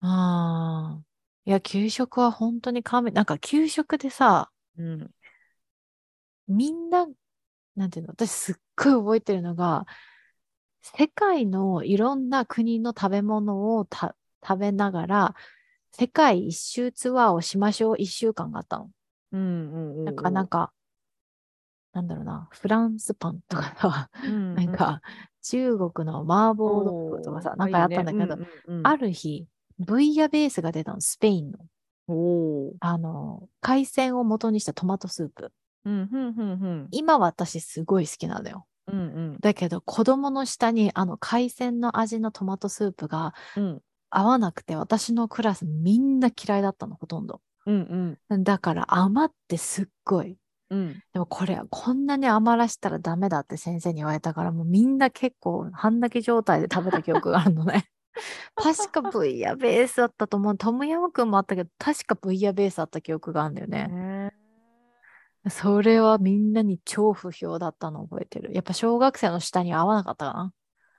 S2: ああ、いや、給食は本当に神、なんか給食でさ、
S1: うんうん
S2: みんな、なんていうの、私すっごい覚えてるのが、世界のいろんな国の食べ物をた食べながら、世界一周ツアーをしましょう一週間があったの。
S1: うんうんうん
S2: なんか、なんか、なんだろうな、フランスパンとかさ、
S1: うん
S2: なんか、中国の麻婆豆腐とかさ、なんかあったんだけど、あ
S1: る
S2: る日、ブイヤベースが出たの、スペインの。
S1: おー
S2: あの、海鮮を元にしたトマトスープ。
S1: うんうんうんうん
S2: 今は私すごい好きなのよ。
S1: うん
S2: だけど、子供の下にあの海鮮の味のトマトスープが
S1: うん
S2: 合わなくて、私のクラスみんな嫌いだったの、ほとんど。
S1: うんうん
S2: だから余ってすっごい。
S1: うん
S2: でもこれ、こんなに余らしたらダメだって先生に言われたから、もうみんな結構半泣き状態で食べた記憶があるの *laughs* ね。確かブイヤベースだったと思う。トムヤムクンもあったけど、確かブイヤベースだった記憶があるんだよね。
S1: ね
S2: それはみんなに超不評だったのを覚えてる。やっぱ小学生の下に合わなかったかな。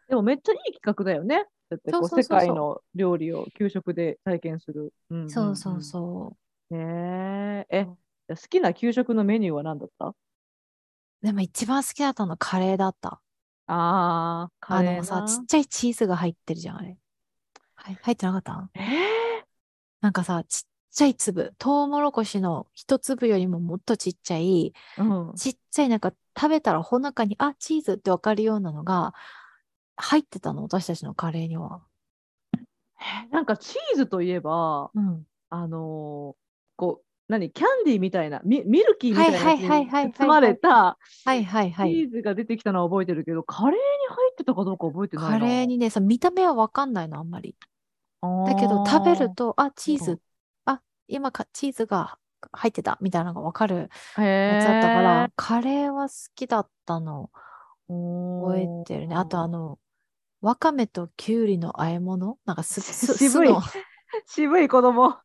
S1: でもめっちゃいい企画だよね。だってこう
S2: そうそ
S1: 世
S2: うそうそ
S1: 界
S2: う
S1: の料理を給食で体験する。んんん
S2: そうそうそう。
S1: ねえ。え、じゃあ好きな給食のメニューは何だった
S2: でも一番好きだったのはカレーだった。
S1: ああ、カレー
S2: あのさ
S1: な、
S2: ちっちゃいチーズが入ってるじゃん、あれ。はい、入ってなかった
S1: えー
S2: なんかさ、ちっちゃい粒、トウモロコシの一粒よりももっとちっちゃい、
S1: うん、
S2: ちっちゃいなんか食べたらほのかに、あ、チーズってわかるようなのが入ってたの、私たちのカレーには。
S1: えなんかチーズといえば、
S2: うん。
S1: あのーこう、何、キャンディーみたいな、ミミルキーみたいな
S2: はいはいはいはいはいは
S1: やつ
S2: い
S1: に包まれた
S2: はいはい
S1: チ
S2: はい。
S1: ーズが出てきたのは覚えてるけど、カレーに入ってたかどうか覚えてないな
S2: カレーにね、さ、見た目はわかんないの、あんまり。
S1: あー
S2: だけど食べると、あ、チー
S1: う
S2: ズ、あ、今か、チーズが入ってたみたいなのがわかるや
S1: へ
S2: つだったから
S1: え、
S2: カレーは好きだったの覚えてるね。あとあの、わかめときゅうりの和え物なん
S1: *laughs*
S2: かす、す、酢
S1: 渋い
S2: の
S1: *laughs* 渋い子供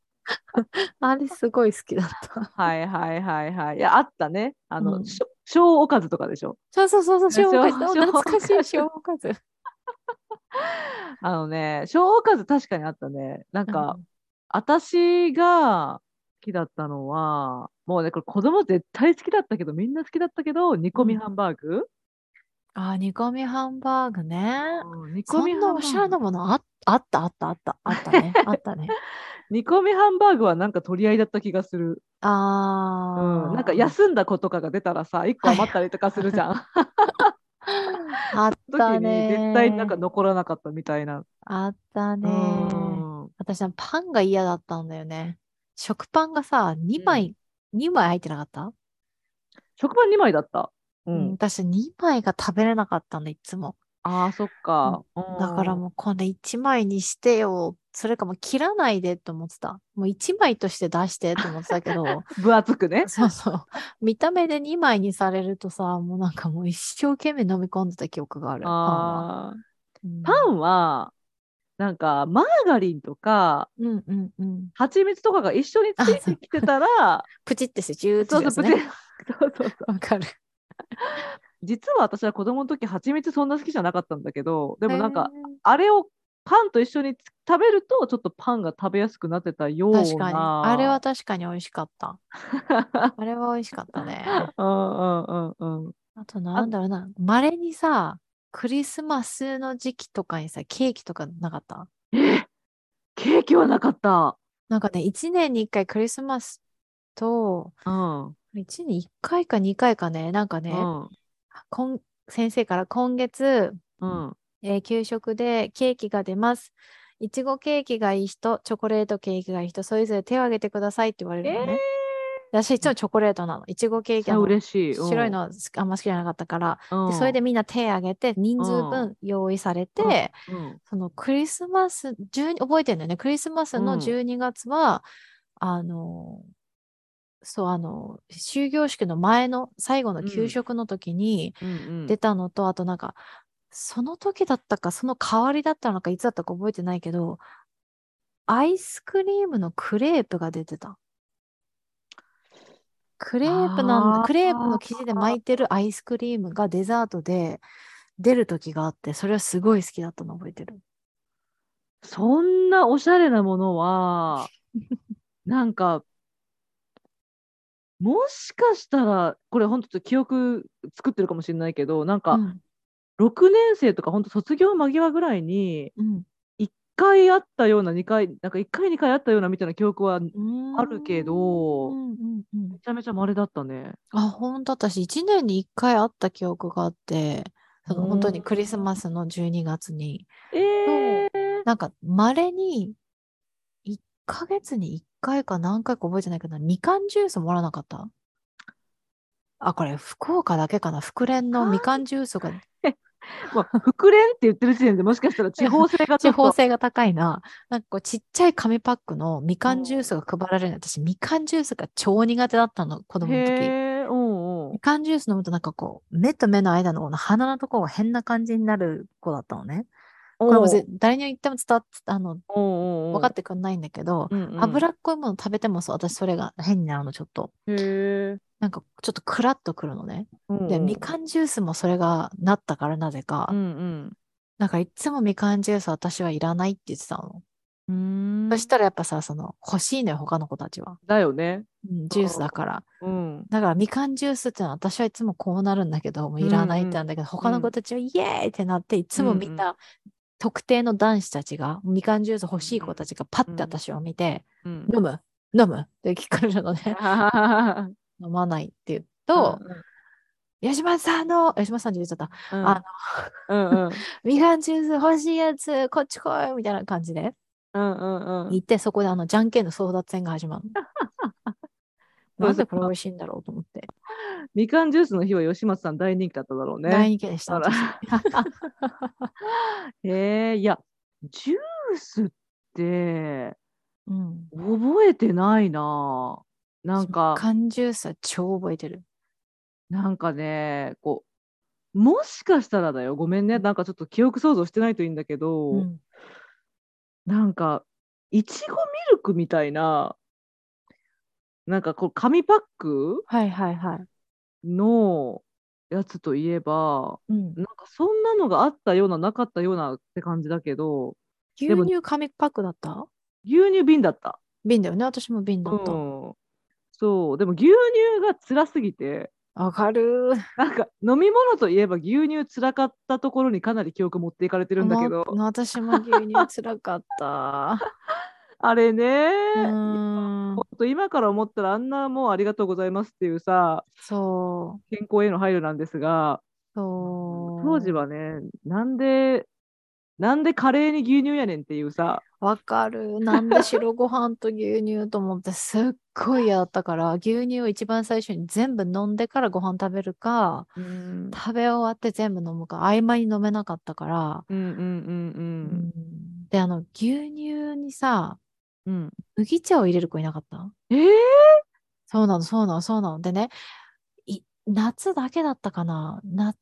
S2: あれすごい好きだった。
S1: はいはいはいはいいやあったねあの、
S2: うん
S1: しょ小おかずとかでしょ
S2: そうそうそうそう、
S1: しょ
S2: し
S1: う
S2: ょ
S1: が
S2: う
S1: ず
S2: 懐かしいしょうがず。
S1: あのね小おかず確かにあったねなんか、
S2: うん
S1: 私が好きだったのはもうねこれ子供絶対好きだったけどみんな好きだったけど煮込み
S2: うん
S1: ハンバーグ、
S2: あー、煮込みハンバーグね。
S1: うん煮込
S2: そ
S1: み
S2: ん
S1: ハ
S2: な
S1: ンバ
S2: おしゃれ
S1: ー
S2: な
S1: グ
S2: ものああったあったあったあったね。
S1: *laughs*
S2: あったね。
S1: 煮込みハンバーグはなんか取り合いだった気がする、
S2: あ
S1: う
S2: ー
S1: ん、なんか休んだ子とかが出たらさ1個余ったりとかするじゃん、
S2: あっ
S1: その
S2: た
S1: *laughs* 時に
S2: ね。
S1: 絶対なんか残らなかったみたいな、
S2: あった
S1: う
S2: ね。
S1: ん
S2: 私はパンが嫌だったんだよね。食パンがさ、2枚、2枚入ってなかった、
S1: 食パン2枚だった、う
S2: うん
S1: ん
S2: 私2枚が食べれなかったんだ、いつも。
S1: ああそっか、うん
S2: だからもう今度1枚にしてよ。それかもう切らないでと思ってた。もう1枚として出してと思ってたけ
S1: *laughs*
S2: ど、
S1: 分厚くね
S2: そうそう。見た目で2枚にされるとさ、もうなんかもう一生懸命飲み込んでた記憶がある。パンは。
S1: あー
S2: うん
S1: パンはなんかマーガリンとか
S2: うんうんうん。
S1: 蜂蜜とかが一緒についてきてた
S2: *laughs*
S1: ら
S2: プチってして、ジューッ
S1: そう
S2: と
S1: そう
S2: です
S1: プチ
S2: ね。
S1: そうそうそう
S2: わかる。
S1: *laughs* 実は私は子供の時蜂蜜そんな好きじゃなかったんだけどでもなんか
S2: へー、
S1: あれをパンと一緒につ食べるとちょっとパンが食べやすくなってたような
S2: 確かに。あれは確かに美味し
S1: *laughs*
S2: かった。あれは美味しかったね。
S1: うんうんうんうん
S2: あとなんだろうな。稀にさ、クリスマスの時期とかにさ、ケーキとかなかった
S1: ケーキはなかった、
S2: なんかね、1年に1回クリスマスと、
S1: うんうん
S2: 1年に1回か2回かね、なんかね、今先生から今月、
S1: うん、
S2: えー給食でケーキが出ます。いちごケーキがいい人、チョコレートケーキがいい人、それぞれ手を挙げてくださいって言われるのね。私いつもチョコレートなの。いちごケーキ
S1: あ
S2: あの
S1: 嬉しい、うん
S2: 白いのは好きあんま好きじゃなかったから、でそれで、みんな手挙げて人数分用意されて、
S1: うんうん
S2: そのクリスマス12覚えてるんだよねクリスマス
S1: う
S2: の
S1: ん
S2: 12月は、あのそうあの終業式の前の最後の給食の時に
S1: うんうん、
S2: 出たのと、あとなんかその時だったかその代わりだったのかいつだったか覚えてないけどアイスクリームのクレープが出てた。クレープなん
S1: あー
S2: クレープの生地で巻いてるアイスクリームがデザートで出る時があって、それはすごい好きだったの覚えてる。
S1: そんなおしゃれなもの
S2: *laughs*
S1: は、なんか、もしかしたら、これ本当記憶作ってるかもしれないけど、なん
S2: う
S1: か
S2: ん
S1: 6年生とか本当卒業間際ぐらいに、
S2: うん
S1: 1回あったような、2回、なんか1回、2回あったようなみたいな記憶はめ
S2: うん
S1: あるけど
S2: うんうんうん、
S1: ちゃめちゃ稀だったね。
S2: あ本当私1年に1回会った記憶があってその
S1: うん
S2: 本当にクリスマスの12月に
S1: えー、
S2: なんか稀に1ヶ月に1回か何回か覚えてないけどみかんジュースもらわなかったあこれ福岡だけかな福連のみかんジュ
S1: *laughs*
S2: ースが
S1: まあ、福連って言ってる時点でもしかしたら地方性がち
S2: 地
S1: ょっ
S2: 方
S1: と。
S2: 性が高いななんかこうちっちゃい紙パックのみかんジュースが配られるの私みかんジュースが超苦手だったの子供の時。
S1: へーうんうん
S2: みかんジュース飲むとなんかこう、目と目の間のこの鼻のところが変な感じになる子だったのね。これもぜ誰に言っても伝わっあの、
S1: おうおうおう
S2: 分かってくんないんだけど、
S1: うんうん
S2: 脂っこいもの食べてもそう、私それが変になるのちょっと。
S1: へー
S2: なんかちょっとクラッとくるのね。
S1: うんうん
S2: で、みかんジュースもそれがなったからなぜか、
S1: うん
S2: なんかいつもみかんジュース私はいらないって言ってたの。
S1: うん。うーん
S2: そしたらやっぱさ、その欲しいのよ、他の子たちは。
S1: だよね。
S2: うんジュースだから。
S1: うん。
S2: だからみかんジュースってのは私はいつもこうなるんだけどもういらないってなんだけど、他の子たちはイエーイってなっていつもみん
S1: うん
S2: な特定の男子たちがみかんジュース欲しい子たちがパッ
S1: うん
S2: て私を見て
S1: うん *laughs*
S2: 「飲む *laughs* 飲む?」って聞かれるので
S1: あ
S2: 飲まないって言う
S1: ー
S2: と、吉村さんの吉村さんって言っちゃった
S1: うん
S2: あ
S1: うんうん
S2: みかんジュース欲しいやつこっち来いみたいな感じで
S1: うんうん
S2: *laughs*
S1: うん
S2: 行ってそこであのじゃんけんの争奪戦が始まるの。
S1: *laughs*
S2: なんでこれ美味しいんだろうと思って。
S1: みかんジュースの日は吉松さん大人気だっただろう
S2: 大
S1: ね。
S2: 人気でした。
S1: あら
S2: 私
S1: えー、いや、ジュースって
S2: *laughs* うん
S1: 覚えてないな。なんか
S2: 感じゅうさ超覚えてる。
S1: なんかねこうもしかしたらだよごめんねなんかちょっと記憶想像してないといいんだけど、
S2: うん
S1: なんかいちごミルクみたいななんかこう紙パック
S2: はいはいはい。
S1: のやつといえば
S2: うん、
S1: なんかそんなのがあったようななかったようなって感じだけど
S2: 牛
S1: でも
S2: 乳紙パックだった
S1: 牛乳瓶だった。
S2: 瓶だよね。私も瓶だ
S1: う
S2: った。
S1: ん、そうでも牛乳が辛すぎて
S2: わかる
S1: なんか飲み物といえば牛乳辛かったところにかなり記憶持っていかれてるんだけど
S2: も私も牛乳つらか
S1: *laughs*
S2: った。
S1: あれね
S2: うーん
S1: ほんと今から思ったらあんなもうありがとうございますっていうさ
S2: そう。
S1: 健康への配慮なんですが
S2: そう。
S1: 当時はねなんでなんでカレーに牛乳やねんっていうさ
S2: わか
S1: *laughs*
S2: る。なんで白ご飯と牛乳と思ってすっごい嫌だったから、牛乳を一番最初に全部飲んでからご飯食べるか、
S1: うん
S2: 食べ終わって全部飲むか、合間に飲めなかったから。
S1: うんうん
S2: うんで、あの、牛乳にさ、
S1: うんうん
S2: 麦茶を入れる子いなかった
S1: えー
S2: そうなの、そうなの、そうなの。でね、い夏だけだったかな。な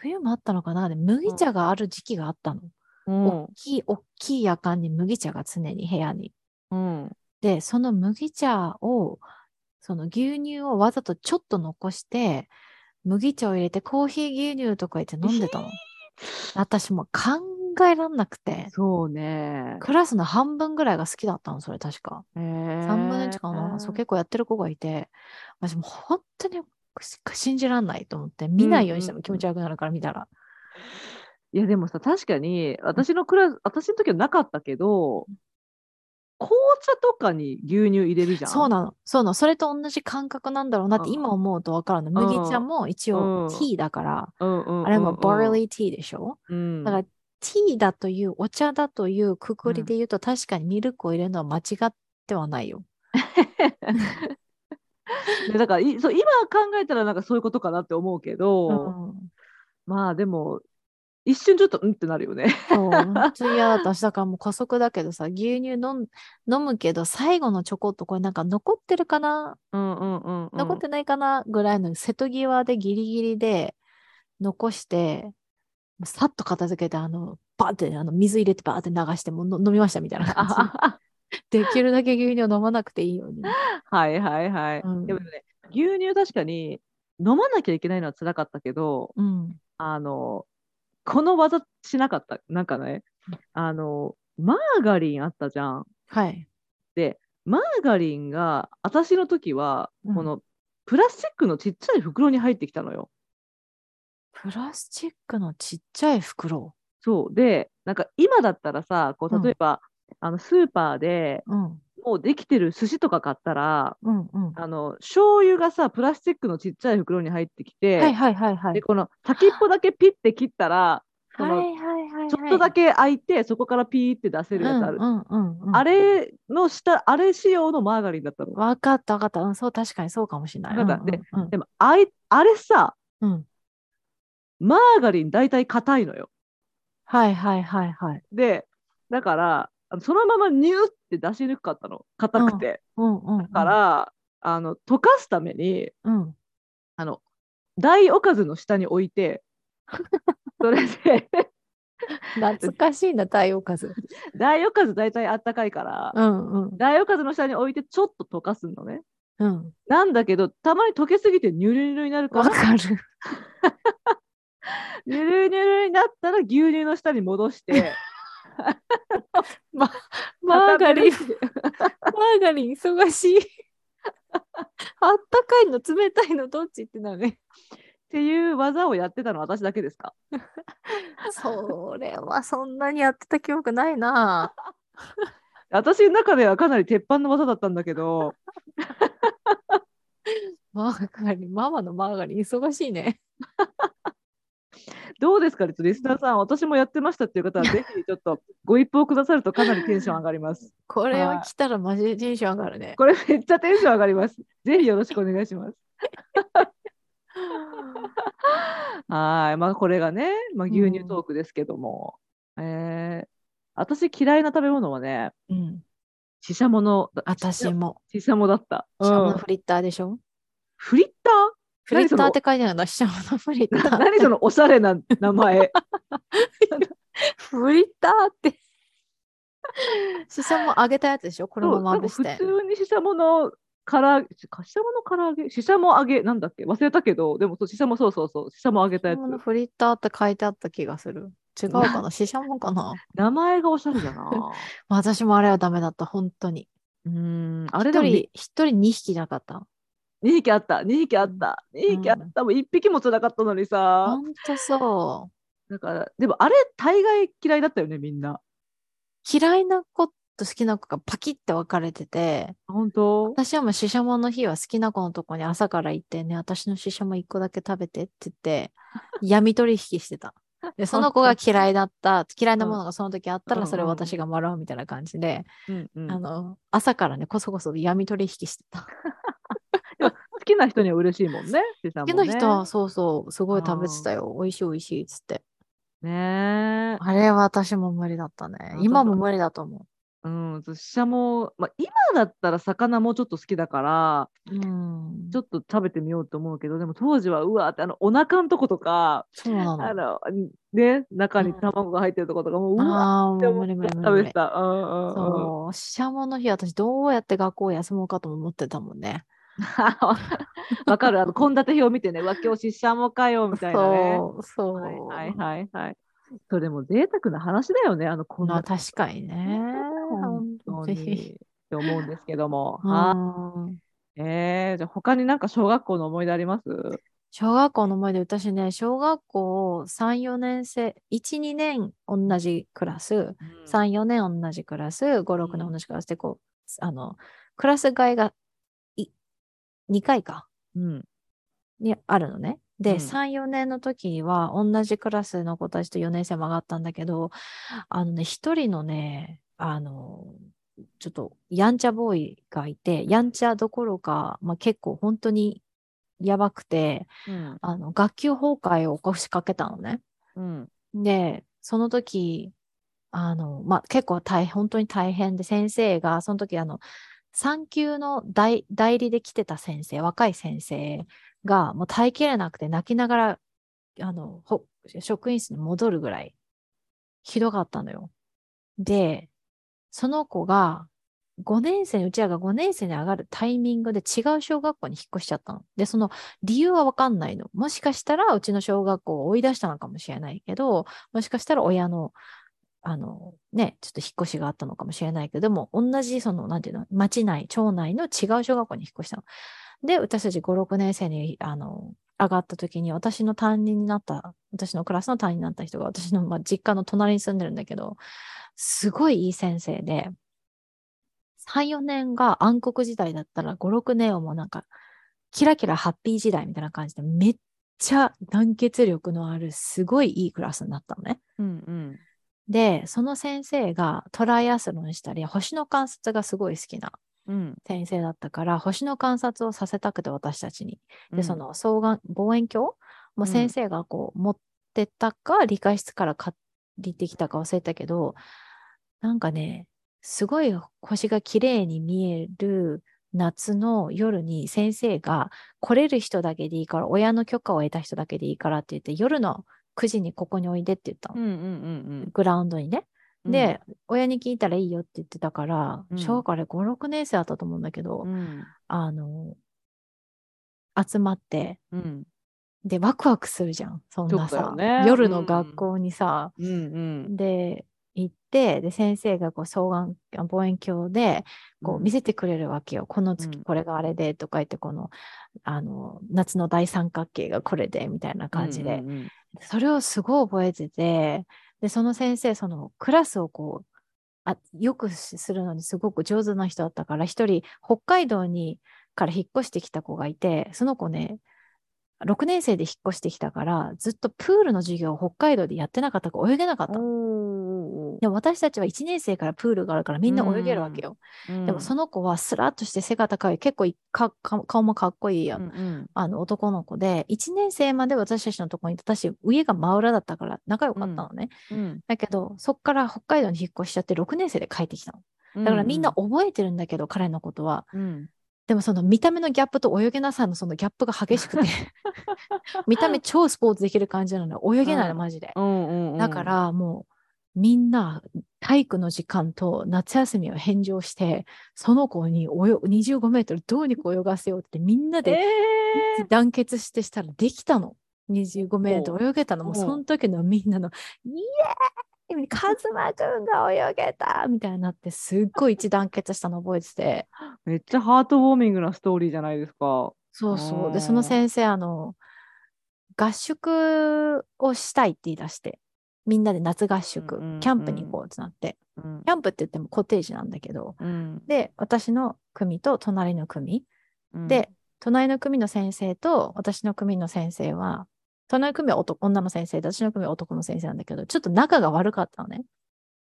S2: 冬もあったのかなで麦茶がある時期があったの。
S1: うん
S2: 大きい、大きい夜間に麦茶が常に部屋に。
S1: うん
S2: で、その麦茶を、その牛乳をわざとちょっと残して、麦茶を入れてコーヒー牛乳とか言って飲んでたの。私もう考えらんなくて、
S1: そうね
S2: クラスの半分ぐらいが好きだったの、それ確か。3
S1: 3
S2: 分の1かな、そう結構やってる子がいて、私もう本当に信じらんないと思って、見ないようにしても気持ち悪くなるから見たら。
S1: いやでもさ確かに私のクラス私の時はなかったけど紅茶とかに牛乳入れるじゃん
S2: そうなの、そうなの、それと同じ感覚なんだろうなって
S1: うん
S2: 今思うと分かるの。麦茶も一応
S1: うん
S2: ティーだから、
S1: うんうんうんうん
S2: あれもバーリーティーでしょ
S1: うん
S2: だからティーだというお茶だというくくりで言うと、確かにミルクを入れるのは間違ってはないよ。
S1: ねだからいそう今考えたらなんかそういうことかなって思うけど、
S2: うん
S1: まあでも一瞬ちょっとうんってなるよね。
S2: そう、本当に嫌だったし、だからもう加速だけどさ、牛乳飲ん飲むけど、最後のチョコっとこれなんか残ってるかな、
S1: うんうんうん、
S2: 残ってないかなぐらいの瀬戸際でギリギリで残して、さっと片付けて、あの、バーってあの水入れてバーって流してもうの飲みましたみたいな感
S1: あ
S2: じ。できるだけ牛乳を飲まなくてい
S1: *laughs*
S2: いように。
S1: はいはいはい。
S2: うん
S1: でもね牛乳確かに飲まなきゃいけないのは辛かったけど
S2: うん。
S1: あのこの技しなかったなんかねあのマーガリンあったじゃん。
S2: はい。
S1: マーガリンが私の時は
S2: うん
S1: この、プラスチックのちっちゃい袋に入ってきたのよ。
S2: プラスチックのちっちゃい袋。
S1: そうでなんか今だったらさこ
S2: う
S1: うん例えば、あのスーパーで
S2: うん。
S1: もうできてる寿司とか買ったら
S2: うんうん。
S1: あの醤油がさプラスチックのちっちゃい袋に入ってきて、
S2: はいはいはいはい
S1: で。この先っぽだけピッて切ったらこの
S2: はいはいはいはい。
S1: ちょっとだけ開いてそこからピーって出せるやつある、
S2: うんうんうんうん、
S1: あれの下あれ仕様のマーガリンだったの。
S2: わかったわかった。うん、そう、確かにそうかもしれない。
S1: わかった
S2: うんうんうん
S1: でもあいあれさ
S2: うん
S1: マーガリン大体硬いのよ。
S2: はいはいはいはい。
S1: でだからあのそのままニューって出しにくかったの硬くて。
S2: うんうん、うん。
S1: だか、ら、あの溶かすために
S2: うん。
S1: あの大おかずの下に置い
S2: *laughs*
S1: てそれで
S2: 懐かしいな、太陽風。
S1: 大おかず大体あったかいから、
S2: うんうん
S1: 大おかずの下に置いてちょっと溶かすのね
S2: うん。
S1: なんだけどたまに溶けすぎてニュルニュルになるか
S2: わ
S1: ら
S2: かる。
S1: ニュルニュルになったら牛乳の下に戻して
S2: マーガリ
S1: 固める
S2: ン、
S1: っていう
S2: マーガリン忙しい。あったかいの、冷たいの、どっちってなるね。
S1: っていう技をやってたの私だけですか
S2: それはそんなにやってた記憶ないな。
S1: 私の中ではかなり鉄板の技だったんだけど
S2: マーガリン、ママのマーガリン忙しいね。
S1: どうですかねちょっとリスナーさん私もやってましたっていう方はぜひちょっとご一報くださるとかなりテンション上がります
S2: これ
S1: は
S2: はい来たらマジでテンション上がる
S1: *laughs*
S2: ね。
S1: これめっちゃテンション上がります。ぜひよろしくお願いします。はい、まあこれがね、まあ牛乳トークですけども、えー私嫌いな食べ物はね、
S2: うん。
S1: シシャモの、あ
S2: 私も。
S1: シシャモだった。
S2: シャモ
S1: う
S2: の
S1: ん
S2: フリッターでしょ
S1: フリッター
S2: フリッターっ
S1: 何
S2: て書いてあるんだ。シャモのフリッタ
S1: な
S2: ー。
S1: 何そのおしゃれな名
S2: *laughs*
S1: 前
S2: フリッターって。 *laughs* シシャモ揚げたやつでし
S1: そ
S2: ょ
S1: う
S2: 衣
S1: な
S2: ま
S1: ん
S2: ぶ
S1: か
S2: し
S1: 普
S2: て。
S1: 通にししゃものから揚げしかししゃものから揚げししゃも揚げなんだっけ忘れたけどでもそうししゃもそうそうそうししゃも揚げたや
S2: シャ
S1: つ
S2: モのフリッターって書いてあった気がする。違うかなシシャモかな
S1: 名前がおしゃれだ
S2: *laughs*
S1: な
S2: 私もあれはダメだった。本当に。
S1: うーんあ
S2: あ
S1: れでもに
S2: 一人、一人二匹なかった。
S1: 2匹あった2匹あった2匹あったもう1匹もつらかったのに
S2: ほ
S1: さ
S2: んとそう。
S1: だからでもあれ大概嫌いだったよねみんな
S2: 嫌いな子と好きな子がパキッて分かれてて、
S1: 本当
S2: 私はもうシシャモの日は好きな子のとこに朝から行ってね、私のシシャモ一個だけ食べてって言
S1: *laughs*
S2: って、闇取引してた。で、その子が嫌いだった、嫌いなものがその時あった
S1: うん
S2: ら、それを
S1: うんうんうん
S2: 私がもらうみたいな感じで、
S1: うんうん
S2: あの、朝からね、こそこそ闇取引してた。
S1: 好きな人には嬉しいもんねししゃも
S2: 好
S1: ね
S2: きな *laughs* 人は、そうそう、すごい食べてたよ。美味しい美味しいっつって。
S1: ねえ
S2: あれは私も無理だったね
S1: 本。当
S2: 今も無理だと思
S1: うんそうししゃもまあ今だったら魚もちょっと好きだから
S2: う。うん
S1: ち。ょっと食べてみようと思うけど、でも当時はうわーってあのお腹のとことか、
S2: そうな
S1: あ
S2: の。
S1: のね中に
S2: うん
S1: 卵が入ってるとことかもううわ
S2: ああ、も
S1: ーって
S2: う
S1: 思っ
S2: 無
S1: て
S2: 理無理無理
S1: 食
S2: 無
S1: べ
S2: 理
S1: て。た。うんうんうん *laughs*
S2: そう、シシャモの日、私どうやって学校を休もうかとも思ってたもんね。
S1: わかるあの献立表見てね、うわ今日ししゃもかよみたいなね。
S2: そう、そう。
S1: はいはいはいはい。それも贅沢な話だよね、あのこん
S2: まあ
S1: な
S2: 確かにね。
S1: 本当
S2: ぜひ
S1: に。って思うんですけど
S2: *laughs*
S1: も。
S2: う
S1: はい。
S2: ん
S1: えー、じゃあ他になんか小学校の思い出あります
S2: 小学校の前で私ね、小学校3、4年生、1、2年同じクラス、3、4年同じクラス、5、6年同じクラスで、こう、あの、クラス替えがい2回か。
S1: うん。
S2: にあるのね。
S1: う
S2: で、
S1: ん
S2: 3、4年の時は、同じクラスの子たちと4年生も上がったんだけど、あのね、一人のね、あの、ちょっと、やんちゃボーイがいて、やんちゃどころか、まあ、結構本当にやばくて、
S1: うん。
S2: あの、学級崩壊を起こしかけたのね。
S1: うん。
S2: で、その時、あの、まあ、結構大変、本当に大変で、先生が、その時、あの、産休の代代理で来てた先生、若い先生が、もう耐えきれなくて泣きながら、あの、ほ職員室に戻るぐらい、ひどかったのよ。で、その子が、5年生に、うちらが5年生に上がるタイミングで違う小学校に引っ越しちゃったの。で、その理由はわかんないの。もしかしたら、うちの小学校を追い出したのかもしれないけど、もしかしたら親の、あの、ね、ちょっと引っ越しがあったのかもしれないけど、でも、同じ、その、なんていうの、町内、町内の違う小学校に引っ越したの。で、私たち5、6年生に、あの、上がった時に、私の担任になった、私のクラスの担任になった人が、私の、まあ、実家の隣に住んでるんだけど、すごいいい先生で、3、4年が暗黒時代だったら、5、6年をもうなんか、キラキラハッピー時代みたいな感じで、めっちゃ団結力のある、すごいいいクラスになったのね。
S1: うんうん。
S2: で、その先生がトライアスロンしたり、星の観察がすごい好きな
S1: うん。
S2: 先生だったから、星の観察をさせたくて、私たちに。
S1: う
S2: で、
S1: ん
S2: そ、の双眼、望遠鏡
S1: う
S2: も
S1: ん
S2: 先生がこう持ってったか、理科室から借りてきたか忘れたけど、なんかね、すごい星が綺麗に見える夏の夜に先生が来れる人だけでいいから、親の許可を得た人だけでいいからって言って、夜の9時にここにおいでって言ったの
S1: うんうんうん
S2: グラウンドにね。
S1: うん。
S2: で、親に聞いたらいいよって言ってたから、
S1: うん
S2: 小学校あれ5、6年生だったと思うんだけど、
S1: うん、
S2: あの、集まって、
S1: うん、
S2: で、ワクワクするじゃん、そんな
S1: そ
S2: さ
S1: う。だよね
S2: 夜の学校にさ、
S1: うん、うん。
S2: で、行って、で、先生がこう、双眼、あ望遠鏡で、こう、見せてくれるわけよ。この
S1: う
S2: 月、
S1: ん
S2: これがあれで、とか言って、この、あの、夏の大三角形がこれで、みたいな感じで。
S1: うんうん
S2: それをすごい覚えてて、で、その先生、そのクラスをこう、あよくしするのにすごく上手な人だったから、一人北海道にから引っ越してきた子がいて、その子ね、6年生で引っ越してきたから、ずっとプールの授業を北海道でやってなかったから泳げなかった
S1: うん
S2: の。
S1: おーおーお
S2: で、私たちは1年生からプールがあるからみんな泳げるわけよ。
S1: ー
S2: でもその子はスラッとして背が高い、結構いかか顔もかっこいいや
S1: うんうん
S2: あの男の子で、1年生まで私たちのとこにいて、私、家が真裏だったから仲良かったのね。
S1: うん
S2: だけど、そっから北海道に引っ越しちゃって、6年生で帰ってきたの。だからみんな覚えてるんだけど、彼のことは。
S1: うん
S2: でもその見た目のギャップと泳げなさのそのギャップが激し
S1: *laughs*
S2: くて見た目超スポーツできる感じなのに泳げないの
S1: うん
S2: マジで、
S1: うんうんうん
S2: だからもうみんな体育の時間と夏休みを返上してその子に泳25メートルどうにか泳がせようってみんな
S1: え
S2: で *laughs* 団結してしたらできたの。25メートル泳げたのもう
S1: おう
S2: その時のみんなの「イエーイカズマくんが泳げた!」みたいになってすっごい一致団結したの覚えてて。
S1: ーめっちゃハートウォーミングなストーリーじゃないですか。
S2: そうそう。で、
S1: あ
S2: その
S1: ー
S2: 先生、あの、合宿をしたいって言い出して、みんなで夏合宿、
S1: うんうん
S2: キャンプに行こうってなって、
S1: うん
S2: キャンプって言ってもコテージなんだけど、
S1: うん
S2: で、私の組と隣の組、
S1: うん
S2: で、隣の組の先生と私の組の先生は、隣の組は男女の先生で、私の組は男の先生なんだけど、ちょっと仲が悪かったのね。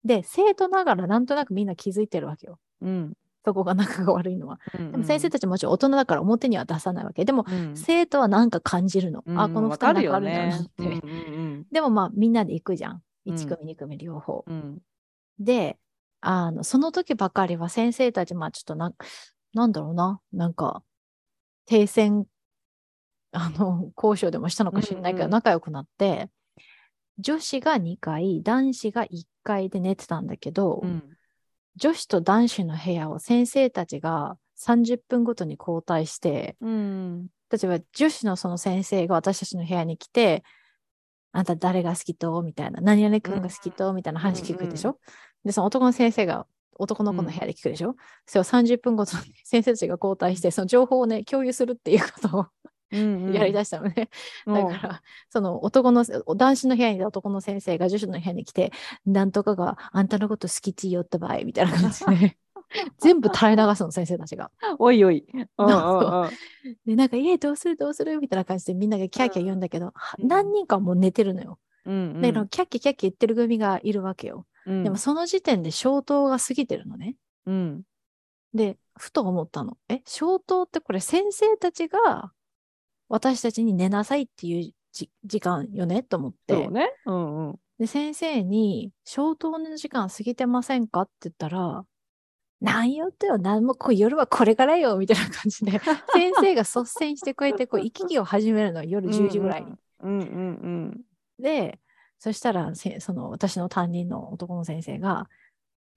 S2: で、生徒ながらなんとなくみんな気づいてるわけよ。
S1: うん
S2: そこが仲が悪いのは。
S1: うん
S2: でも先生たちもちろん大人だから表には出さないわけ。でも
S1: うん
S2: 生徒はなんか感じるの。あ、
S1: うん
S2: この2
S1: わ
S2: 人な
S1: か
S2: ん
S1: る
S2: か
S1: よ
S2: あるんだな
S1: ね
S2: って。。
S1: うん
S2: でもまあみんなで行くじゃん。
S1: うん
S2: 1組、2組両方。
S1: うんうん
S2: で、あの、その時ばかりは先生たち、まあちょっとな、なんだろうな、なんか、停戦、 *laughs* あの、交渉でもしたのか知らない
S1: う
S2: け
S1: ん
S2: ど、
S1: うん
S2: 仲良くなって、女子が2回、男子が1回で寝てたんだけど、
S1: うん
S2: 女子と男子の部屋を先生たちが30分ごとに交代して、
S1: うん
S2: 例えば女子のその先生が私たちの部屋に来て、あんた誰が好きとみたいな、何々君が好きとみたいな話聞くでしょ、で、その男の先生が男の子の部屋で聞くでしょ、それを30分ごとに先生たちが交代して、その情報をね、共有するっていうこと
S1: うんう
S2: を
S1: ん
S2: やりだしたのね。
S1: うん
S2: だから、その男の、男子の部屋にいた男の先生が女子の部屋に来て、なんとかがあんたのこと好きって言おったばい、みたいな感
S1: *laughs*
S2: じで、全部垂れ流すの、先生たちが。
S1: おいおい。うんうん
S2: *laughs* そう
S1: うん
S2: で、なんか、え、どうするどうするみたいな感じでみんながキャーキャー言うんだけど、は
S1: うん
S2: 何人かもう寝てるのよ。
S1: うんうん
S2: だから、キャッキャキャッキャ言ってる組がいるわけよ。
S1: うん
S2: でも、その時点で消灯が過ぎてるのね。
S1: うん
S2: で、ふと思ったの。え、消灯ってこれ先生たちが私たちに寝なさいっていうじ時間よねと思って。
S1: そうね。うんうん
S2: で、先生に、消灯の時間過ぎてませんかって言ったら、なんよってよ、なんもこう夜はこれからよ、みたいな感じ
S1: *laughs*
S2: で、先生が率先してくれて、こう、行き来を始めるの、夜10時ぐらいに。
S1: うんうんうん
S2: で、そしたらせ、その、私の担任の男の先生が、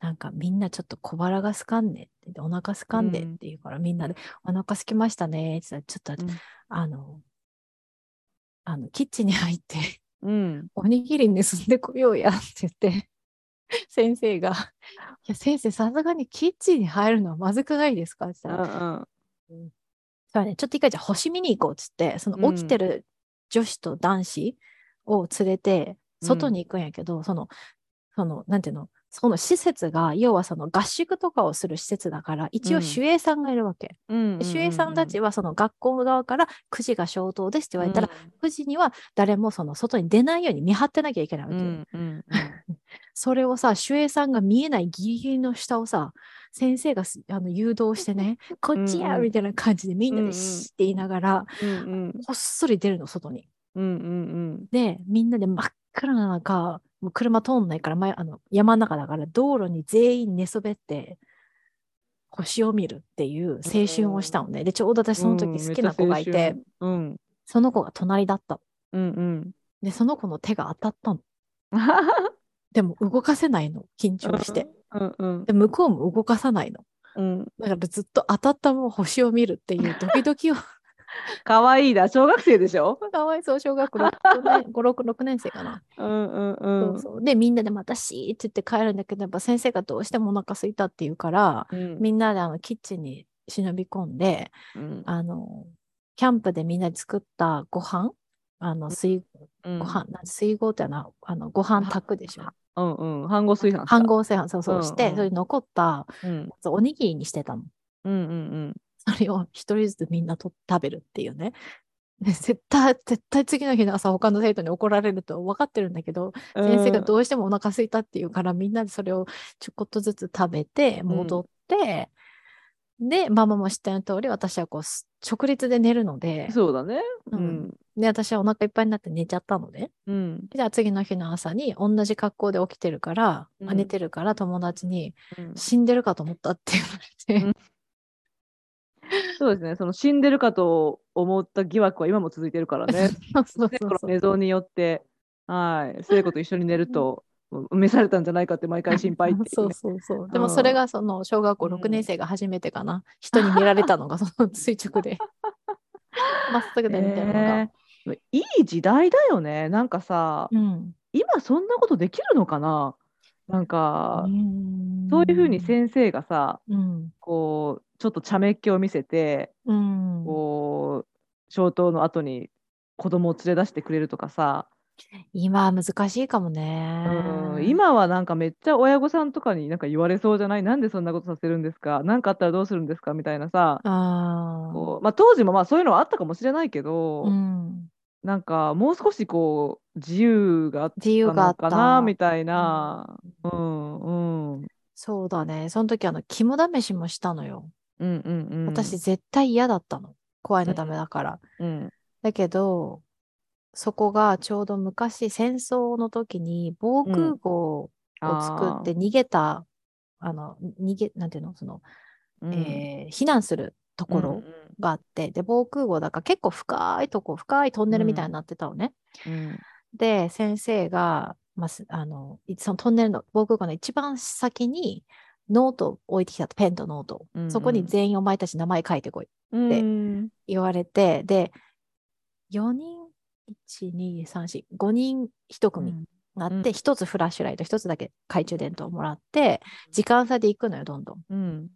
S2: なんかみんなちょっと小腹がすかんねって、お腹すかんでって言うから、みんなで、お腹すきましたねって言ったら、ちょっと、
S1: うん
S2: あの、あの、キッチンに入って、
S1: うん
S2: おにぎり盗んでこようやって言って、 *laughs* 先生が、いや、先生、さすがにキッチンに入るのはまずくないですかって
S1: う
S2: 言ったら、
S1: ん
S2: そうね、ちょっと一回じゃあ星見に行こうっつって、その
S1: うん
S2: 起きてる女子と男子を連れて、
S1: うん
S2: 外に行くんやけど、その、その、なんていうの、その施設が、要はその合宿とかをする施設だから、一応
S1: うん
S2: 守衛さんがいるわけ。
S1: うん
S2: で守衛さんたちはその学校側から9時が消灯ですって言われたら、9時には誰もその外に出ないように見張ってなきゃいけないわ
S1: う
S2: け
S1: ん
S2: よ。
S1: うんうん
S2: それをさ、守衛さんが見えないギリギリの下をさ、先生がすあの誘導してね、こっち
S1: *laughs* うん
S2: や
S1: うん
S2: みたいな感じでみんな
S1: うんう
S2: で
S1: ん
S2: シーって言いながら、
S1: うん
S2: こっそり出るの、外に。
S1: うんうん
S2: で、みんなで真っ暗な中、もう車通んないから、前あの山の中だから、道路に全員寝そべって、星を見るっていう青春をしたのね。で、ちょうど私その時好きな子がいて、
S1: うん
S2: その子が隣だったの。
S1: うんうん
S2: で、その子の手が当たったの。でも動かせないの、緊 *laughs* 張して。
S1: うんうん
S2: で、向こうも動かさないの。
S1: うん
S2: だからずっと当たったもん星を見るって
S1: *laughs*
S2: いうドキドキを
S1: 可愛いだ小学生でしょ
S2: かわいそう小
S1: *laughs*
S2: 学校6年56年生かな、
S1: うんうん
S2: そうそうでみんなでまたシーって言って帰るんだけどやっぱ先生がどうしてもお腹空いたっていうから
S1: うん
S2: みんなであのキッチンに忍び込んで
S1: うん
S2: あのキャンプでみんなで作ったご飯あの水
S1: うん
S2: ご飯、なん、水郷ってあのあのご飯炊くでしょ
S1: うんうん飯後炊飯
S2: 飯合炊飯そうそううんして、
S1: うん
S2: それ残った
S1: うん
S2: やつをおにぎりにしてたの
S1: うんうん
S2: *laughs* それを一人ずつみんなと食べるっていうね。 *laughs* で絶対、絶対次の日の朝他の生徒に怒られると分かってるんだけど、
S1: うん
S2: 先生がどうしてもお腹空いたっていうからみんなでそれをちょこっとずつ食べて戻って、で、ママも知っての通り、私はこう、す直立で寝るので、
S1: そうだね。う
S2: うん
S1: ん。
S2: で、私はお腹いっぱいになって寝ちゃったのね。
S1: うん。
S2: じゃあ次の日の朝に同じ格好で起きてるから、
S1: うん
S2: あ寝てるから友達に
S1: うん
S2: 死んでるかと思ったって言われて、
S1: うんそうですね。その死んでるかと思った疑惑は今も続いてるからね。
S2: *laughs* そうそう
S1: ねこ
S2: そう
S1: の
S2: そう
S1: 寝相によって、はい、聖子と一緒に寝ると、もう召されたんじゃないかって毎回心配っていうね、
S2: *laughs* そうそうそう。で
S1: う
S2: も
S1: ん
S2: それがその小学校6年生が初めてかな、人に見られたのがその垂直
S1: *laughs*
S2: で、まっすぐで見てるのが。
S1: ねえいい時代だよね。なんかさ、
S2: うん
S1: 今そんなことできるのかななんか、
S2: ん
S1: そういうふうに先生がさ、
S2: うん
S1: こう、ちょっと茶目っ気を見せて、
S2: うん
S1: こう、消灯の後に子供を連れ出してくれるとかさ、
S2: 今は難しいかもね。
S1: うん、今はなんかめっちゃ親御さんとかになんか言われそうじゃないなんでそんなことさせるんですかなんかあったらどうするんですかみたいなさ、
S2: あー
S1: こうまあ、当時もまあそういうのはあったかもしれないけど、
S2: うん、
S1: なんかもう少しこう自由があっ
S2: 自由
S1: た
S2: があ
S1: の
S2: っ
S1: か
S2: た
S1: なみたいな、うんうん、うん
S2: そうだね。その時あの肝試しもしたのよ。
S1: うんうん
S2: 私、絶対嫌だったの。怖いのダメだから。
S1: うん
S2: だけど、そこがちょうど昔戦争の時に防空壕を作って逃げた、あの、逃げ、なんていうの、その、
S1: うん
S2: えー避難するところがあって、で、防空壕だから結構深いとこ、深いトンネルみたいになってたのね。
S1: うん
S2: で、先生が、まあ、すあの、いそのトンネルの防空壕の一番先に、ノートを置いてきたと、ペンとノートを。
S1: うんうん
S2: そこに全員お前たち名前書いてこい。
S1: うん
S2: で
S1: うん
S2: 言われて、で、4人、1、2、3、4、5人1組があって、1つフラッシュライト、1つだけ懐中電灯をもらって、時間差で行くのよ、どんどん。
S1: うん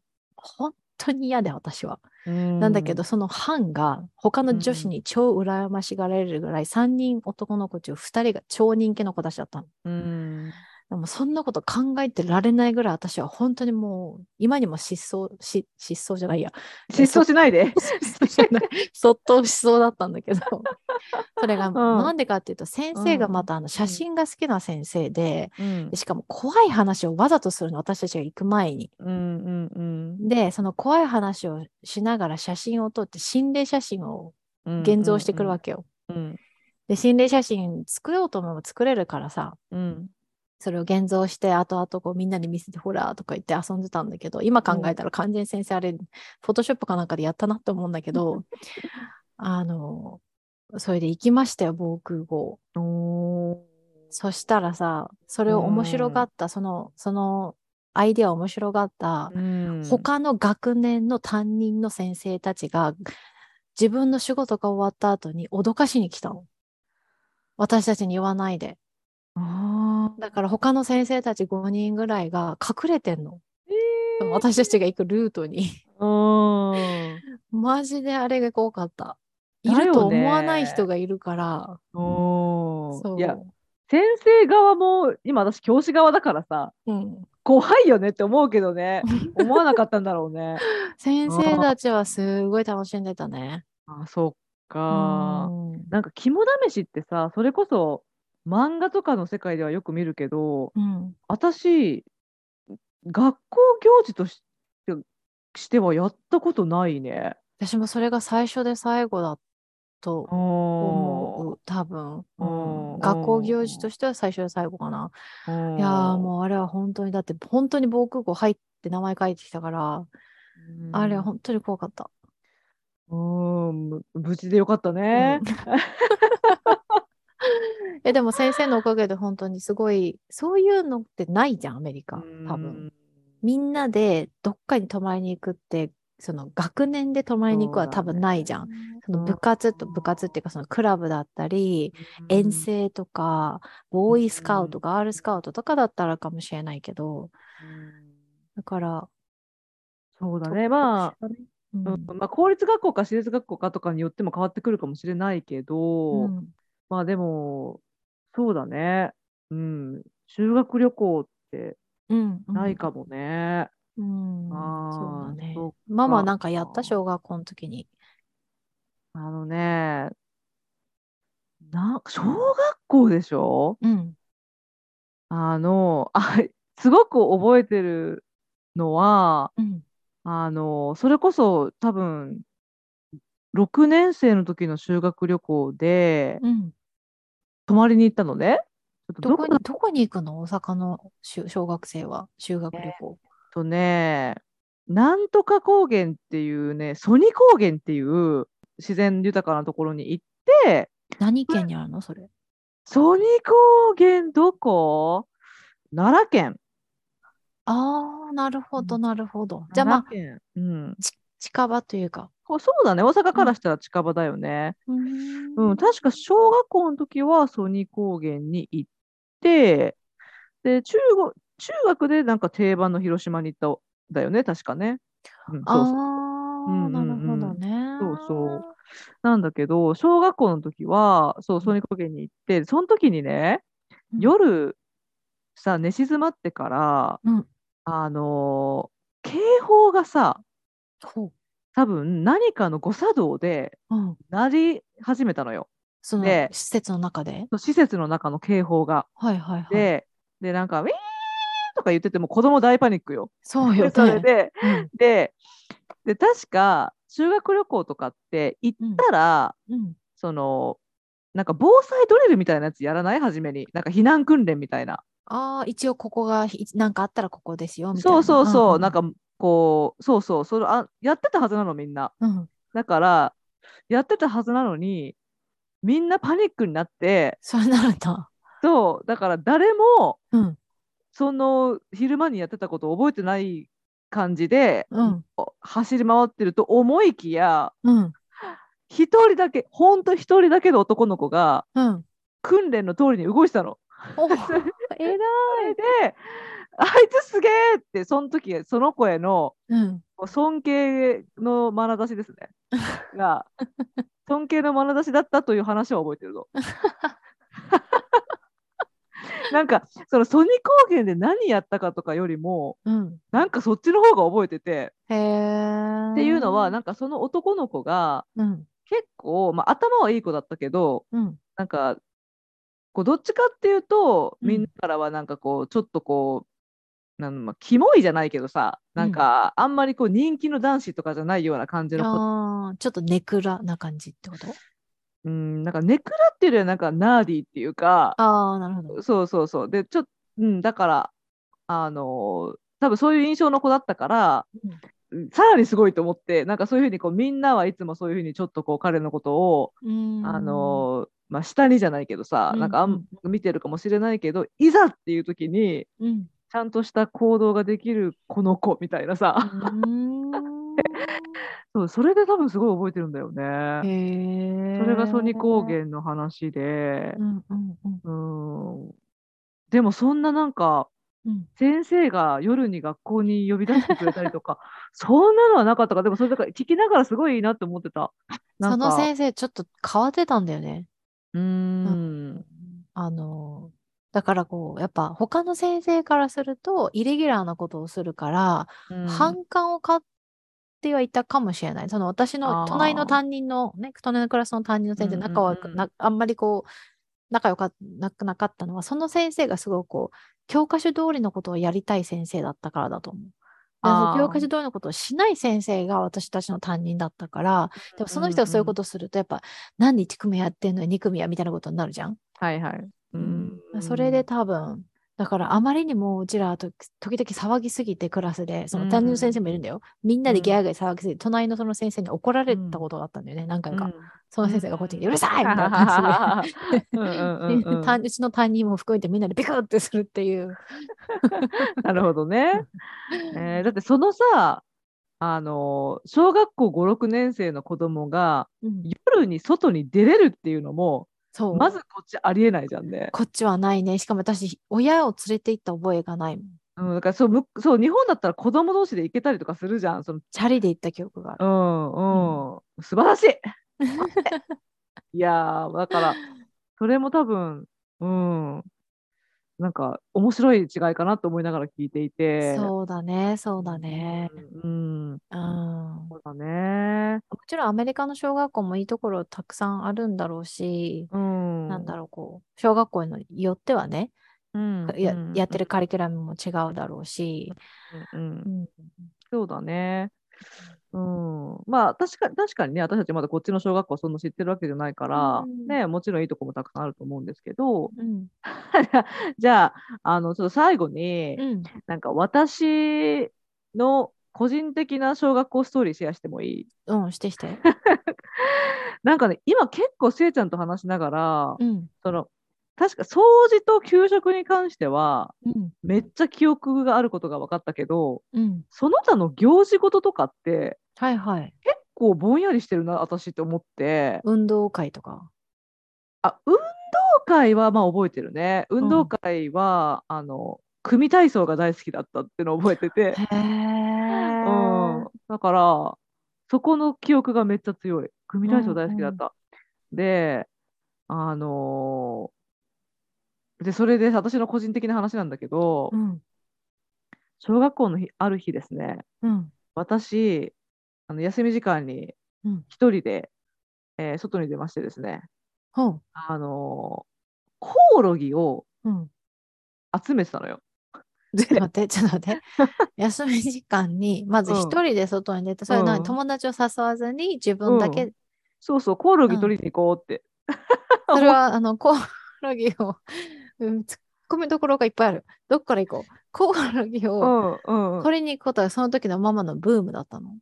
S2: 本当に嫌で、私は。
S1: うん
S2: なんだけど、その班が、他の女子に超羨ましがられるぐらい、3人男の子中2人が超人気の子たちだったの。
S1: うん
S2: でもそんなこと考えてられないぐらい私は本当にもう今にも失踪し失踪じゃないや
S1: 失踪しないで
S2: 失踪じゃないそっとしそうだったんだけどそれがなんでかっていうと先生がまたあの写真が好きな先生で
S1: うん
S2: でしかも怖い話をわざとするの私たちが行く前に
S1: うんうん
S2: でその怖い話をしながら写真を撮って心霊写真を
S1: うん
S2: 現像してくるわけよ、
S1: うん
S2: で心霊写真作ろうと思えば作れるからさ
S1: うん
S2: それを現像して後々こうみんなに見せてほらとか言って遊んでたんだけど今考えたら完全に先生あれフォトショップかなんかでやったなって思うんだけどあのそれで行きましたよ防空壕
S1: うんお
S2: そしたらさそれを面白がったそのそのアイデアを面白がった
S1: ーうん
S2: 他の学年の担任の先生たちが自分の仕事が終わった後に脅かしに来たの私たちに言わないで
S1: あー
S2: だから他の先生たち5人ぐらいが隠れてんの。
S1: えー
S2: 私たちが行くルートに。 *laughs*
S1: うん
S2: マジであれが多かった。い
S1: だよね
S2: ると思わない人がいるから。
S1: お
S2: そ
S1: ー
S2: う。
S1: いや先生側も今私教師側だからさ
S2: うん、
S1: 怖いよねって思うけどね思わなかったんだろう
S2: *laughs*
S1: ね
S2: 先生たちはすごい楽しんでたね。
S1: あそっ
S2: う
S1: か
S2: ん
S1: なんか肝試しってさそれこそ漫画とかの世界ではよく見るけど
S2: うん、
S1: 私学校行事とししてはやったことないね
S2: 私もそれが最初で最後だと
S1: 思
S2: 思う、多分、う。
S1: うんん
S2: 学校行事としては最初で最後かな。
S1: うん
S2: いやーもうあれは本当に、だって本当に防空壕入って名前書いてきたから、
S1: うん
S2: あれは本当に怖かった。
S1: うんむ無事でよかったね
S2: ええでも先生のおかげで本当にすごいそういうのってないじゃんアメリカ多分みんなでどっかに泊まりに行くってその学年で泊まりに行くは多分ないじゃん、その部活と部活っていうかそのクラブだったり遠征とかボーイスカウトガールスカウトとかだったらかもしれないけど
S1: うん
S2: だから
S1: そうだねまあ
S2: うん
S1: うんまあ、公立学校か私立学校かとかによっても変わってくるかもしれないけど、
S2: うん
S1: まあでも、そうだね。うん。修学旅行って
S2: うんうん
S1: ないかもね。
S2: うん
S1: あー
S2: そうだね
S1: そっか
S2: ママなんかやった小学校の時に
S1: あのね、な、小学校でしょ
S2: うん
S1: あの、あ、すごく覚えてるのは、
S2: うん
S1: あのそれこそ多分6年生の時の修学旅行で
S2: うん。
S1: 泊まりに行ったのね。ちょっと
S2: ど
S1: ど
S2: こ
S1: こ
S2: に
S1: だ、
S2: どこに行くの大阪のしゅ小学生は、修学旅行。
S1: とね、なんとか高原っていうね、ソニ高原っていう自然豊かなところに行って、
S2: 何県にあるのそれ。
S1: ソニ高原どこ奈良県。
S2: ああ、なるほど、なるほど。じゃあま
S1: 奈
S2: あ、
S1: 良県。うん。
S2: 近場というか。
S1: こそうだね。大阪からしたら近場だよね。
S2: う
S1: うんん。確か小学校の時はソニ高原に行って、で、中学、中学でなんか定番の広島に行った、だよね。確かね。うん、そうそう。
S2: ああ、
S1: うんうん
S2: な
S1: う
S2: る
S1: ん
S2: ほどね。
S1: そうそうなんだけど、小学校の時は、そう、ソニ高原に行って、その時にね、
S2: うん
S1: 夜、さ、寝静まってから、
S2: うん
S1: あのー警報がさ、
S2: ほ
S1: 多分何かの誤作動で
S2: う。うん。
S1: 鳴り始めたのよ。
S2: その施
S1: で
S2: 設の中で。
S1: 施設の中の警報が。
S2: はいはいはい。
S1: で、で、なんか、ウィーンとか言ってても子供大パニックよ。
S2: そうよね。
S1: で *laughs* それで、
S2: うん
S1: で、で、確か修学旅行とかって行ったら、
S2: うん。
S1: その、なんか防災ドリルみたいなやつやらない初めに。なんか避難訓練みたいな。
S2: ああ、一応ここが、ひなんかあったらここですよ、みたい
S1: そ
S2: な。
S1: うそうそう。なん
S2: か、
S1: かこう、そうそう、それあやってたはずなのみんな。
S2: うん。
S1: だから、やってたはずなのに、みんなパニックになって、
S2: それならな。
S1: そう、だから誰も、
S2: うん。
S1: その昼間にやってたことを覚えてない感じで、
S2: うん。
S1: 走り回ってると思いきや
S2: うん。
S1: 一人だけほんと一人だけの男の子が
S2: うん。
S1: 訓練の通りに動いてたの。 *laughs*
S2: おえら
S1: それで「あいつすげえ!」ってその時その子への
S2: うん。
S1: 尊敬の眼差しですねが尊敬の眼差しだったという話は覚えてる
S2: *laughs*
S1: ぞ。なんかそのソニ高原で何やったかとかよりも
S2: うん。
S1: なんかそっちの方が覚えてて。
S2: へえ。
S1: っていうのは、なんんかその男の子が
S2: うん。
S1: 結構、まあ、頭はいい子だったけど、
S2: うん。
S1: なんか、こうどっちかっていうと、
S2: うん
S1: みんなからはなんかこう、ちょっとこう、なんまあ、キモいじゃないけどさ、なんか、あんまりこう人気の男子とかじゃないような感じの子、
S2: ああ、ちょっとネクラな感じってこと
S1: うん、なんか、ネクラっていうよりはなんか、ナーディーっていうか、
S2: ああ、なるほど。
S1: そうそうそう、で、ちょっと、うん、だから、あのー多分そういう印象の子だったから、うんさらにすごいと思って、なんかそういうふうにこう、みんなはいつもそういうふうにちょっとこう、彼のことを、
S2: うん。
S1: あのーまあ、下にじゃないけどさ、
S2: うん
S1: なんかあん見てるかもしれないけどいざっていう時に
S2: うん。
S1: ちゃんとした行動ができるこの子みたいな
S2: う
S1: さ、 *laughs*
S2: ん。
S1: そうそれで多分すごい覚えてるんだよ *laughs* ね。
S2: へえ。
S1: それがソニ高原の話で
S2: う、んうんうん
S1: うーんでもそんななんか
S2: うん。
S1: 先生が夜に学校に呼び出してくれたりとか *laughs* そんなのはなかったからでもそれだから聞きながらすごいいいなって思ってた。な
S2: そ
S1: んか
S2: の先生、ちょっと変わってたんだよね。
S1: うーん
S2: あの、だからこう、やっぱ他の先生からすると、イレギュラーなことをするから、
S1: うん
S2: 反感を買ってはいたかもしれない。その私の
S1: あー
S2: 隣の担任の、ね、隣のクラスの担任の先生、
S1: うんうんうん
S2: 仲はな、あんまりこう、仲良かなくなかったのは、その先生がすごくこう、教科書通りのことをやりたい先生だったからだと思う。で
S1: あー
S2: 教科書通りのことをしない先生が私たちの担任だったから、でもその人がそういうことをすると、やっぱ、なんで1組やってんのに2組やみたいなことになるじゃん。
S1: はいはい。うん
S2: それで多分だからあまりにもうちらと時々騒ぎすぎてクラスでその担任の先生もいるんだよ、みんなでギャーギャー騒ぎすぎて、隣のその先生に怒られたことがあったんだよね、何回か、
S1: うん
S2: その先生がこっちに「うるさい!」みたいな感
S1: 感 *laughs* じで。
S2: じ *laughs* で担うちの担任も含めてみんなでビクってするっていう、
S1: なるほどね。えーだってそのさ、あのー小学校5、6年生の子供が
S2: うん
S1: 夜に外に出れるっていうのも、
S2: そう
S1: まずこっちありえないじゃんね。
S2: こっちはないねしかも私親を連れて行った覚えがないもん
S1: うん、だからそうむそう日本だったら子供同士で行けたりとかするじゃん。その
S2: チャリで行った記憶がある、
S1: うんうん、素晴らしい *laughs* いやーだからそれも多分うんなんか面白い違いかなと思いながら聞いていて
S2: そうだねそうだね
S1: うん、うん
S2: うん
S1: そうだね
S2: もちろんアメリカの小学校もいいところたくさんあるんだろうし、
S1: うん
S2: なんだろう、こう、小学校によってはね、
S1: うん
S2: や
S1: うん
S2: やってるカリキュラムも違うだろうし、
S1: うんうん
S2: うん
S1: そうだね。うん、まあ確か確かにね私たちまだこっちの小学校そんな知ってるわけじゃないから、
S2: うん
S1: ね、もちろんいいとこもたくさんあると思うんですけど
S2: うん
S1: じゃああのちょっと最後に、
S2: うん、
S1: なんか私の個人的な小学校ストーリーシェアしてもいい
S2: うん、し
S1: *laughs*
S2: てして。
S1: なんかね今結構せいちゃんと話しながら、
S2: うん、
S1: その確か掃除と給食に関しては
S2: うん、
S1: めっちゃ記憶があることが分かったけど
S2: うん。
S1: その他の行事事とかって
S2: はいはい。
S1: 結構ぼんやりしてるな私って思って
S2: 運動会とか。
S1: あ運動会はまあ覚えてるね運動会は、あの組体操が大好きだったっていうのを覚えてて、
S2: へえ。
S1: うん、だからそこの記憶がめっちゃ強い組体操大好きだった、であのーでそれで私の個人的な話なんだけど、
S2: うん、
S1: 小学校の日ある日ですね
S2: うん、
S1: 私あの休み時間に
S2: うん
S1: 一人で、えー外に出ましてですね、
S2: ほう、 *laughs*
S1: あのーコオロギを
S2: うん。
S1: 集めてたのよ。
S2: ちょっと待って、ちょっと
S1: *laughs*
S2: 待って。休み時間に、まず
S1: うん
S2: 一人で外に出て、それは
S1: う
S2: 何
S1: ん
S2: 友達を誘わずに自分だけ、
S1: うんそうそう、コオロギ
S2: うん
S1: 取りに行こうって。
S2: それは、あの、コオロギを、 *laughs* うん、突っ込みどころがいっぱいある。どっから行こう。コオロギ
S1: う
S2: を
S1: んうん
S2: 取りに行くことは、その時のママのブームだったの。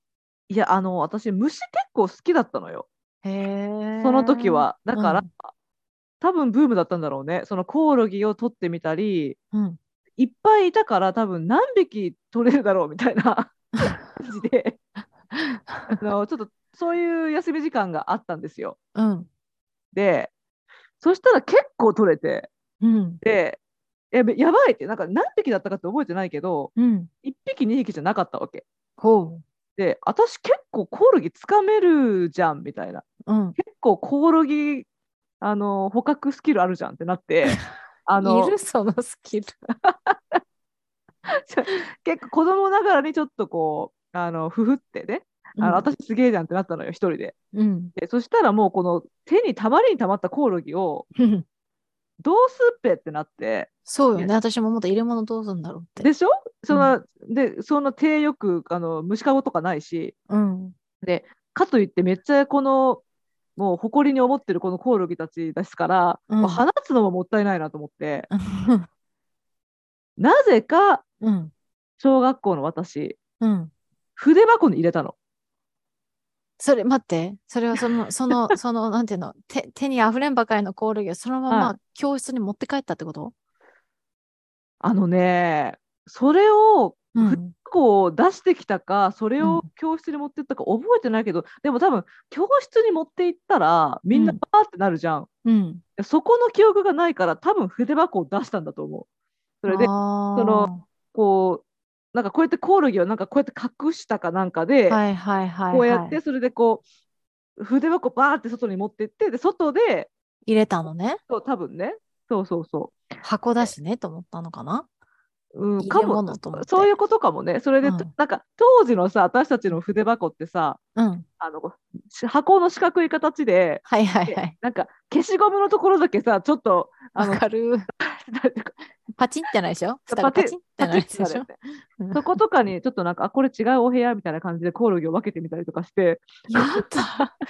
S1: いや、あの、私、虫結構好きだったのよ。
S2: へえ。
S1: その時は。だから、
S2: うん
S1: 多分ブームだったんだろうね。そのコオロギを取ってみたり、
S2: うん。
S1: いっぱいいたから多分何匹取れるだろうみたい
S2: *laughs*
S1: な感じで、あのちょっとそういう休み時間があったんですよ。
S2: うん。
S1: で、そしたら結構取れて、
S2: うん。
S1: で、やべやばいって、なんか何匹だったかって覚えてないけど、
S2: うん。
S1: 1匹2匹じゃなかったわけ
S2: ほ
S1: で私結構コオロギつかめるじゃんみたいな
S2: う。うん。
S1: 結構コオロギあの捕獲スキルあるじゃんってなって
S2: *laughs*
S1: あの
S2: いるそのスキル。
S1: 結構子供ながらにちょっとこうあのふふってねあの、
S2: うん
S1: 私すげえじゃんってなったのよ一人で
S2: うん。 *laughs*
S1: でそしたらもうこの手にたまりにたまったコオロギをどうすっぺってなって
S2: そうよ
S1: ね
S2: ね。私ももっと入れ物どうするんだろうって。
S1: でしょそんな、でそんな手よくあの虫かごとかないし
S2: うん。 *laughs*
S1: かといってめっちゃこのもう誇りに思ってるこのコオロギたちですから、
S2: うん
S1: もう放つのももったいないなと思ってなぜか
S2: うん。
S1: 小学校の私
S2: うん。
S1: 筆箱に入れたの
S2: それ、待って。それはそ
S1: *laughs*
S2: の、その、その、なんていうの、手、手に溢れんばかりのコオロギをそのま
S1: は
S2: ま教室に持って帰ったってこと
S1: あのねそれを
S2: うん。
S1: こう出してきたかそれを
S2: うん
S1: 教室に持ってったか覚えてないけど、でも多分教室に持って行ったらみんな
S2: うん
S1: バーってなるじゃん、
S2: うん。
S1: そこの記憶がないから多分筆箱を出したんだと思うそれで
S2: そ
S1: の、こうなんかこうやってコオロギをなんかこうやって隠したかなんかで、
S2: はいはいはい、はい。
S1: こうやってそれでこう筆箱バーって外に持ってってで外で
S2: 入れたのね。
S1: そう多分ねそうそうそ
S2: 箱だしね、と思ったのかな。
S1: う、うん、
S2: 入
S1: か
S2: れ
S1: も
S2: 物と思って。
S1: そういうことかもねそれで、
S2: うん
S1: なんか当時のさ私たちの筆箱ってさ
S2: うん。
S1: あのし箱の四角い形で
S2: はいはい
S1: で
S2: はい。
S1: なんか消しゴムのところだけさちょっとあの
S2: わかる。パチンってないでしょ下がパチンってないでし
S1: パチッて
S2: ょ
S1: なるよねそことかにちょっとなんかあこれ違うお部屋みたいな感じでコオロギを分けてみたりとかして
S2: やだ。 *laughs*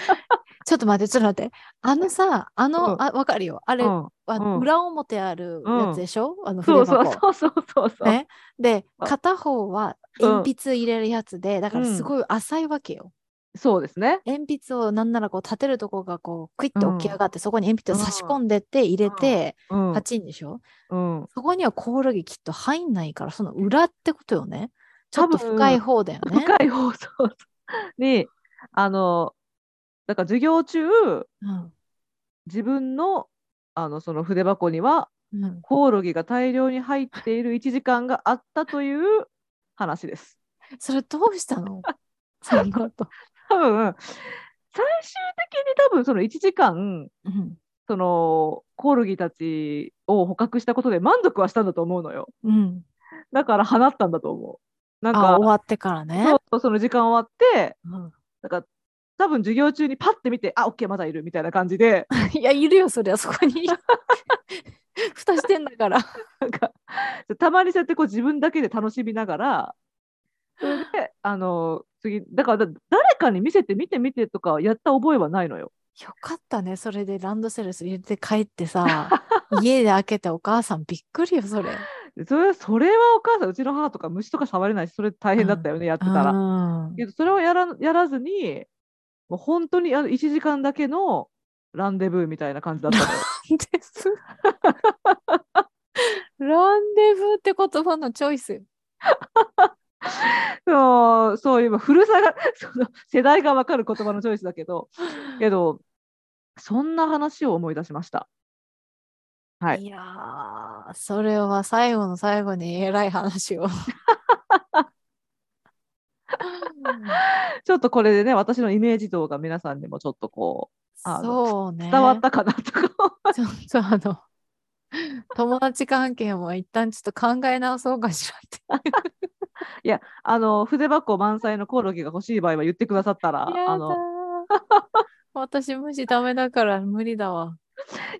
S2: ちょっと待って、ちょっと待って。あのさ、あの、
S1: うん
S2: あ、わかるよ。あれ、
S1: うん
S2: あ
S1: うん
S2: 裏表あるやつでしょ、あの
S1: そ
S2: 筆
S1: うそう
S2: 箱。
S1: そうそうそうそう、
S2: ねで、
S1: あ
S2: 片方は
S1: うん
S2: 鉛筆入れるやつで、だから
S1: うん
S2: すごい浅いわけよ。
S1: そうですね
S2: 鉛筆をなんならこう立てるとこがこうクイッと起き上がって、そこに鉛筆を差し込んでって入れて、
S1: うん
S2: パチンでしょ
S1: うん
S2: そこにはコオロギきっと入んないから、その裏ってことよね。ちょっと
S1: 多分
S2: 深い方だよね。
S1: 深い放送にあのだから授業中
S2: うん
S1: 自分のあのその筆箱には
S2: うん、
S1: コオロギが大量に入っている1時間があったという話です。
S2: それどうし
S1: *laughs*
S2: たのその後。
S1: 多分最終的に多分その1時間
S2: うん
S1: そのコオロギたちを捕獲したことで満足はしたんだと思うのよ。
S2: うん、
S1: だから放ったんだと思う。なん
S2: あ
S1: か
S2: 終わってからね。
S1: そうそうその時間終わって
S2: うん
S1: だから多分授業中にパッて見てあオッケーまだいるみたいな感じで
S2: いや、いるよ、そりゃ、そこに。蓋してんだから。
S1: なんかたまにそうやってこう自分だけで楽しみながらそれであの次だからだ誰かに見せて見て見てとかやった覚えはないのよ。
S2: よかったね。それでランドセル入れて帰ってさ、家で開けてお母さんびっくりよ、それ。
S1: でそれそれはお母さんうちの母とか虫とか触れないしそれ大変だったよね、やってたら。
S2: うん
S1: けどそれをやらやらずにもう本当にあの1時間だけのランデブーみたいな感じだったのよ。
S2: ですランデブーって言葉のチョイスよ。
S1: そうそういうまあ古さが *laughs* その世代が分かる言葉のチョイスだけどけどそんな話を思い出しました。はい
S2: いやー、それは最後の最後に偉い話を。
S1: ちょっとこれでね私のイメージ像が皆さんにもちょっとこあの
S2: そうね。
S1: う伝わったかなとか、 *laughs*
S2: ちょっとあの、友達関係も一旦ちょっと考え直そうかしらって。
S1: あの筆箱満載のコオロギが欲しい場合は言ってくださったらあの
S2: やだー私無視ダメだから無理だわ。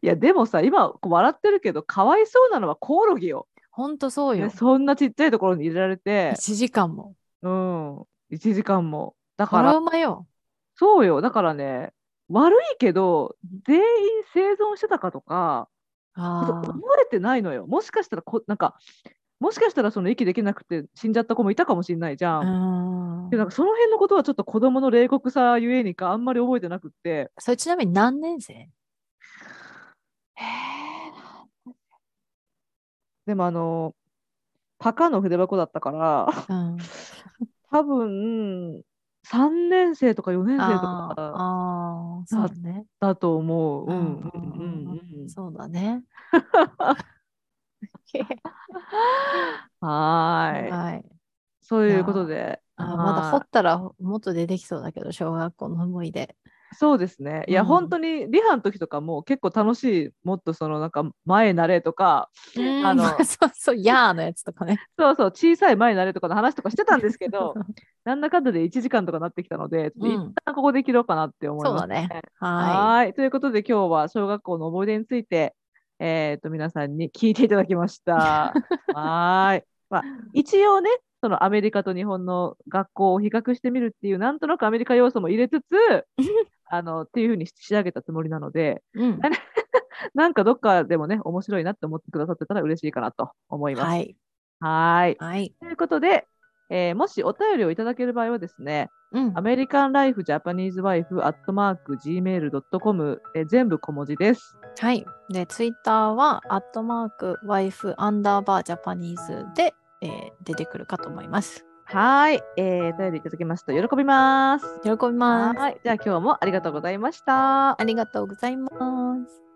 S1: いやでもさ今こう笑ってるけどかわいそうなのはコオロギよ。
S2: ほんとそうよ
S1: ね。そんなちっちゃいところに入れられて、
S2: 1時間も。
S1: うん、1時間も。だ
S2: ト
S1: から
S2: ラウマよ。
S1: そうよ。だからね、悪いけど、全員生存してたかとか、そう
S2: あ
S1: 思
S2: あ。
S1: えてないのよ。もしかしたらこ、なんか、もしかしたらその息できなくて死んじゃった子もいたかもしれないじゃん。
S2: うん
S1: でなんかその辺のことはちょっと子供の冷酷さゆえにかあんまり覚えてなくって。
S2: それちなみに何年生
S1: でもあの、パカの筆箱だったから、
S2: うん。
S1: 多分、3年生とか4年生と
S2: あー
S1: か
S2: あー、そうね。
S1: だと思う。うんうん
S2: あ
S1: う
S2: ー
S1: んうん。
S2: そう
S1: *laughs*
S2: だね。
S1: はーい。
S2: はい。
S1: そういうことで。
S2: あーまだ
S1: はい
S2: 掘ったらもっと出てきそうだけど、小学校の思い出。
S1: そうですね。いや、
S2: うん
S1: 本当にリハの時とかも結構楽しい、もっとそのなんか前になれとか、
S2: あ
S1: あの
S2: のそうそう、やーのやつとかね。
S1: そうそう、小さい前になれとかの話とかしてたんですけど、なんだかんだで1時間とかなってきたので、ちょっと
S2: う
S1: 一
S2: ん、
S1: 旦ここで切ろうかなって思い
S2: そう
S1: ま
S2: だ
S1: す。
S2: ね。は
S1: はいということで、今日は小学校の思い出について、えっと皆さんに聞いていただきま
S2: *laughs*
S1: した。はーい、まあ。一応ね、そのアメリカと日本の学校を比較してみるっていう、なんとなくアメリカ要素も入れつつ、
S2: *laughs*
S1: あのっていうふうに仕上げたつもりなので、
S2: い。うん
S1: あなんかどっかでもね、面白いなって思ってくださってたら嬉しいかなと思います。
S2: はい。
S1: はーい。
S2: はい。
S1: ということで、えーもしお便りをいただける場合はですね、
S2: うん
S1: ア。メリカンライフジャパニーズワイフアットマーク Gmail.com えー全部小文字です。
S2: はい。で、ツイッターは、アットマーク、ワイフ、アンダーバー、ジャパニーズで、えー出てくるかと思います。
S1: はーい、えーお便りいただきますと喜びます。
S2: 喜びます。
S1: はい。じゃあ今日もありがとうございました。
S2: ありがとうございます。